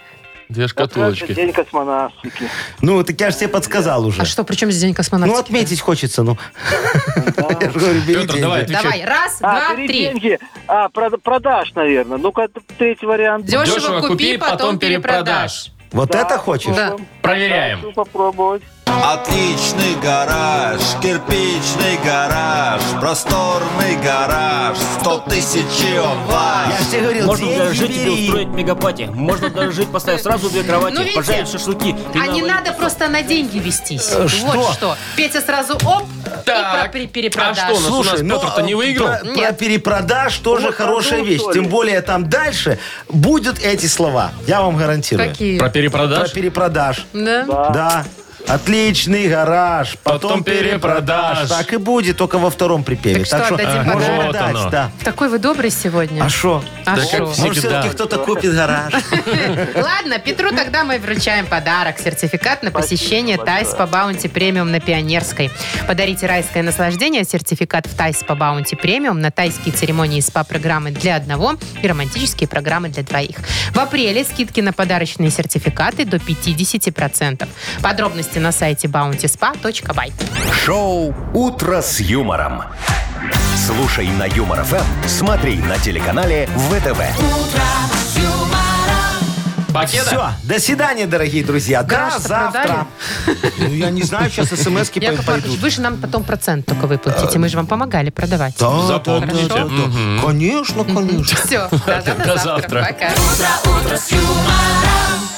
Speaker 2: две
Speaker 7: Подскажете
Speaker 2: шкатулочки.
Speaker 7: день космонавтики.
Speaker 4: Ну, так я же тебе подсказал уже.
Speaker 3: А что, при чем здесь день
Speaker 4: Ну,
Speaker 3: космонавтики?
Speaker 4: отметить хочется, ну. [LAUGHS] Я же говорю, бери
Speaker 2: Петр, давай,
Speaker 4: деньги.
Speaker 2: отвечай.
Speaker 3: Давай, раз,
Speaker 7: А,
Speaker 3: два,
Speaker 7: бери
Speaker 3: три.
Speaker 7: деньги. А, прод- продаж, наверное. Ну-ка, т- третий вариант.
Speaker 3: Дешево, купи, потом перепродашь.
Speaker 4: Вот
Speaker 7: Да.
Speaker 4: это хочешь?
Speaker 3: Да.
Speaker 2: Проверяем.
Speaker 7: Хочу попробовать.
Speaker 10: Отличный гараж, кирпичный гараж, просторный гараж, сто тысяч он
Speaker 7: А.
Speaker 4: Я
Speaker 10: ваш.
Speaker 4: же тебе говорил,
Speaker 9: Можно в гараже
Speaker 4: деньги
Speaker 9: тебе
Speaker 4: бери.
Speaker 9: устроить мегапати. Можно в гараже поставить сразу две
Speaker 3: Ну,
Speaker 9: кровати,
Speaker 3: видите?
Speaker 9: пожарить шашлыки. и
Speaker 3: А не
Speaker 9: навалить.
Speaker 3: надо просто на деньги вестись.
Speaker 4: Э, что?
Speaker 3: Вот что. Петя сразу оп и
Speaker 2: Так.
Speaker 3: про- при-
Speaker 2: А
Speaker 3: перепродаж.
Speaker 2: что, у нас, у нас
Speaker 3: ну,
Speaker 4: Слушай, но,
Speaker 2: Петр-то не
Speaker 4: э,
Speaker 2: выиграл?
Speaker 4: Про,
Speaker 3: Нет.
Speaker 4: про перепродаж тоже
Speaker 7: Вот
Speaker 4: хорошая
Speaker 7: продул,
Speaker 4: вещь.
Speaker 7: что ли?
Speaker 4: Тем более там дальше будут эти слова. Я вам гарантирую.
Speaker 3: Какие?
Speaker 2: Про
Speaker 4: Про
Speaker 2: перепродаж?
Speaker 4: перепродаж.
Speaker 3: Да?
Speaker 4: Да. Отличный гараж,
Speaker 2: Потом
Speaker 4: потом,
Speaker 2: перепродаж.
Speaker 4: перепродаж. Так и будет, только во втором припеве.
Speaker 3: Так что, отдадим подарок?
Speaker 4: можем
Speaker 2: Вот
Speaker 4: отдать,
Speaker 2: оно.
Speaker 4: да.
Speaker 3: Такой вы добрый сегодня.
Speaker 4: А что?
Speaker 3: А
Speaker 2: Да
Speaker 3: шо?
Speaker 2: как
Speaker 4: Может,
Speaker 2: Всегда.
Speaker 4: все-таки кто-то купит гараж.
Speaker 3: Ладно, Петру тогда мы вручаем подарок. Сертификат на посещение Тайс по Баунти Премиум на Пионерской. Подарите райское наслаждение. Сертификат в Тайс по Баунти Премиум на тайские церемонии и СПА-программы для одного и романтические программы для двоих. В апреле скидки на подарочные сертификаты до 50%. Подробности на сайте bountyspa.by.
Speaker 1: Шоу «Утро с юмором». Слушай на Юмор ФМ, смотри на телеканале ВТВ.
Speaker 2: Покеда?
Speaker 4: Все, до свидания, дорогие друзья. Да,
Speaker 3: Гараж-то
Speaker 4: завтра. Ну, я не знаю,
Speaker 3: [LAUGHS]
Speaker 4: сейчас смс-ки
Speaker 3: Яков Маркович,
Speaker 4: пойдут.
Speaker 3: вы же нам потом процент только выплатите. Мы же вам помогали продавать.
Speaker 4: Да,
Speaker 2: Запомните.
Speaker 4: да, да, да. Конечно, конечно.
Speaker 3: Все, до
Speaker 2: До завтра.
Speaker 3: завтра. Пока.
Speaker 11: утро, утро с юмором.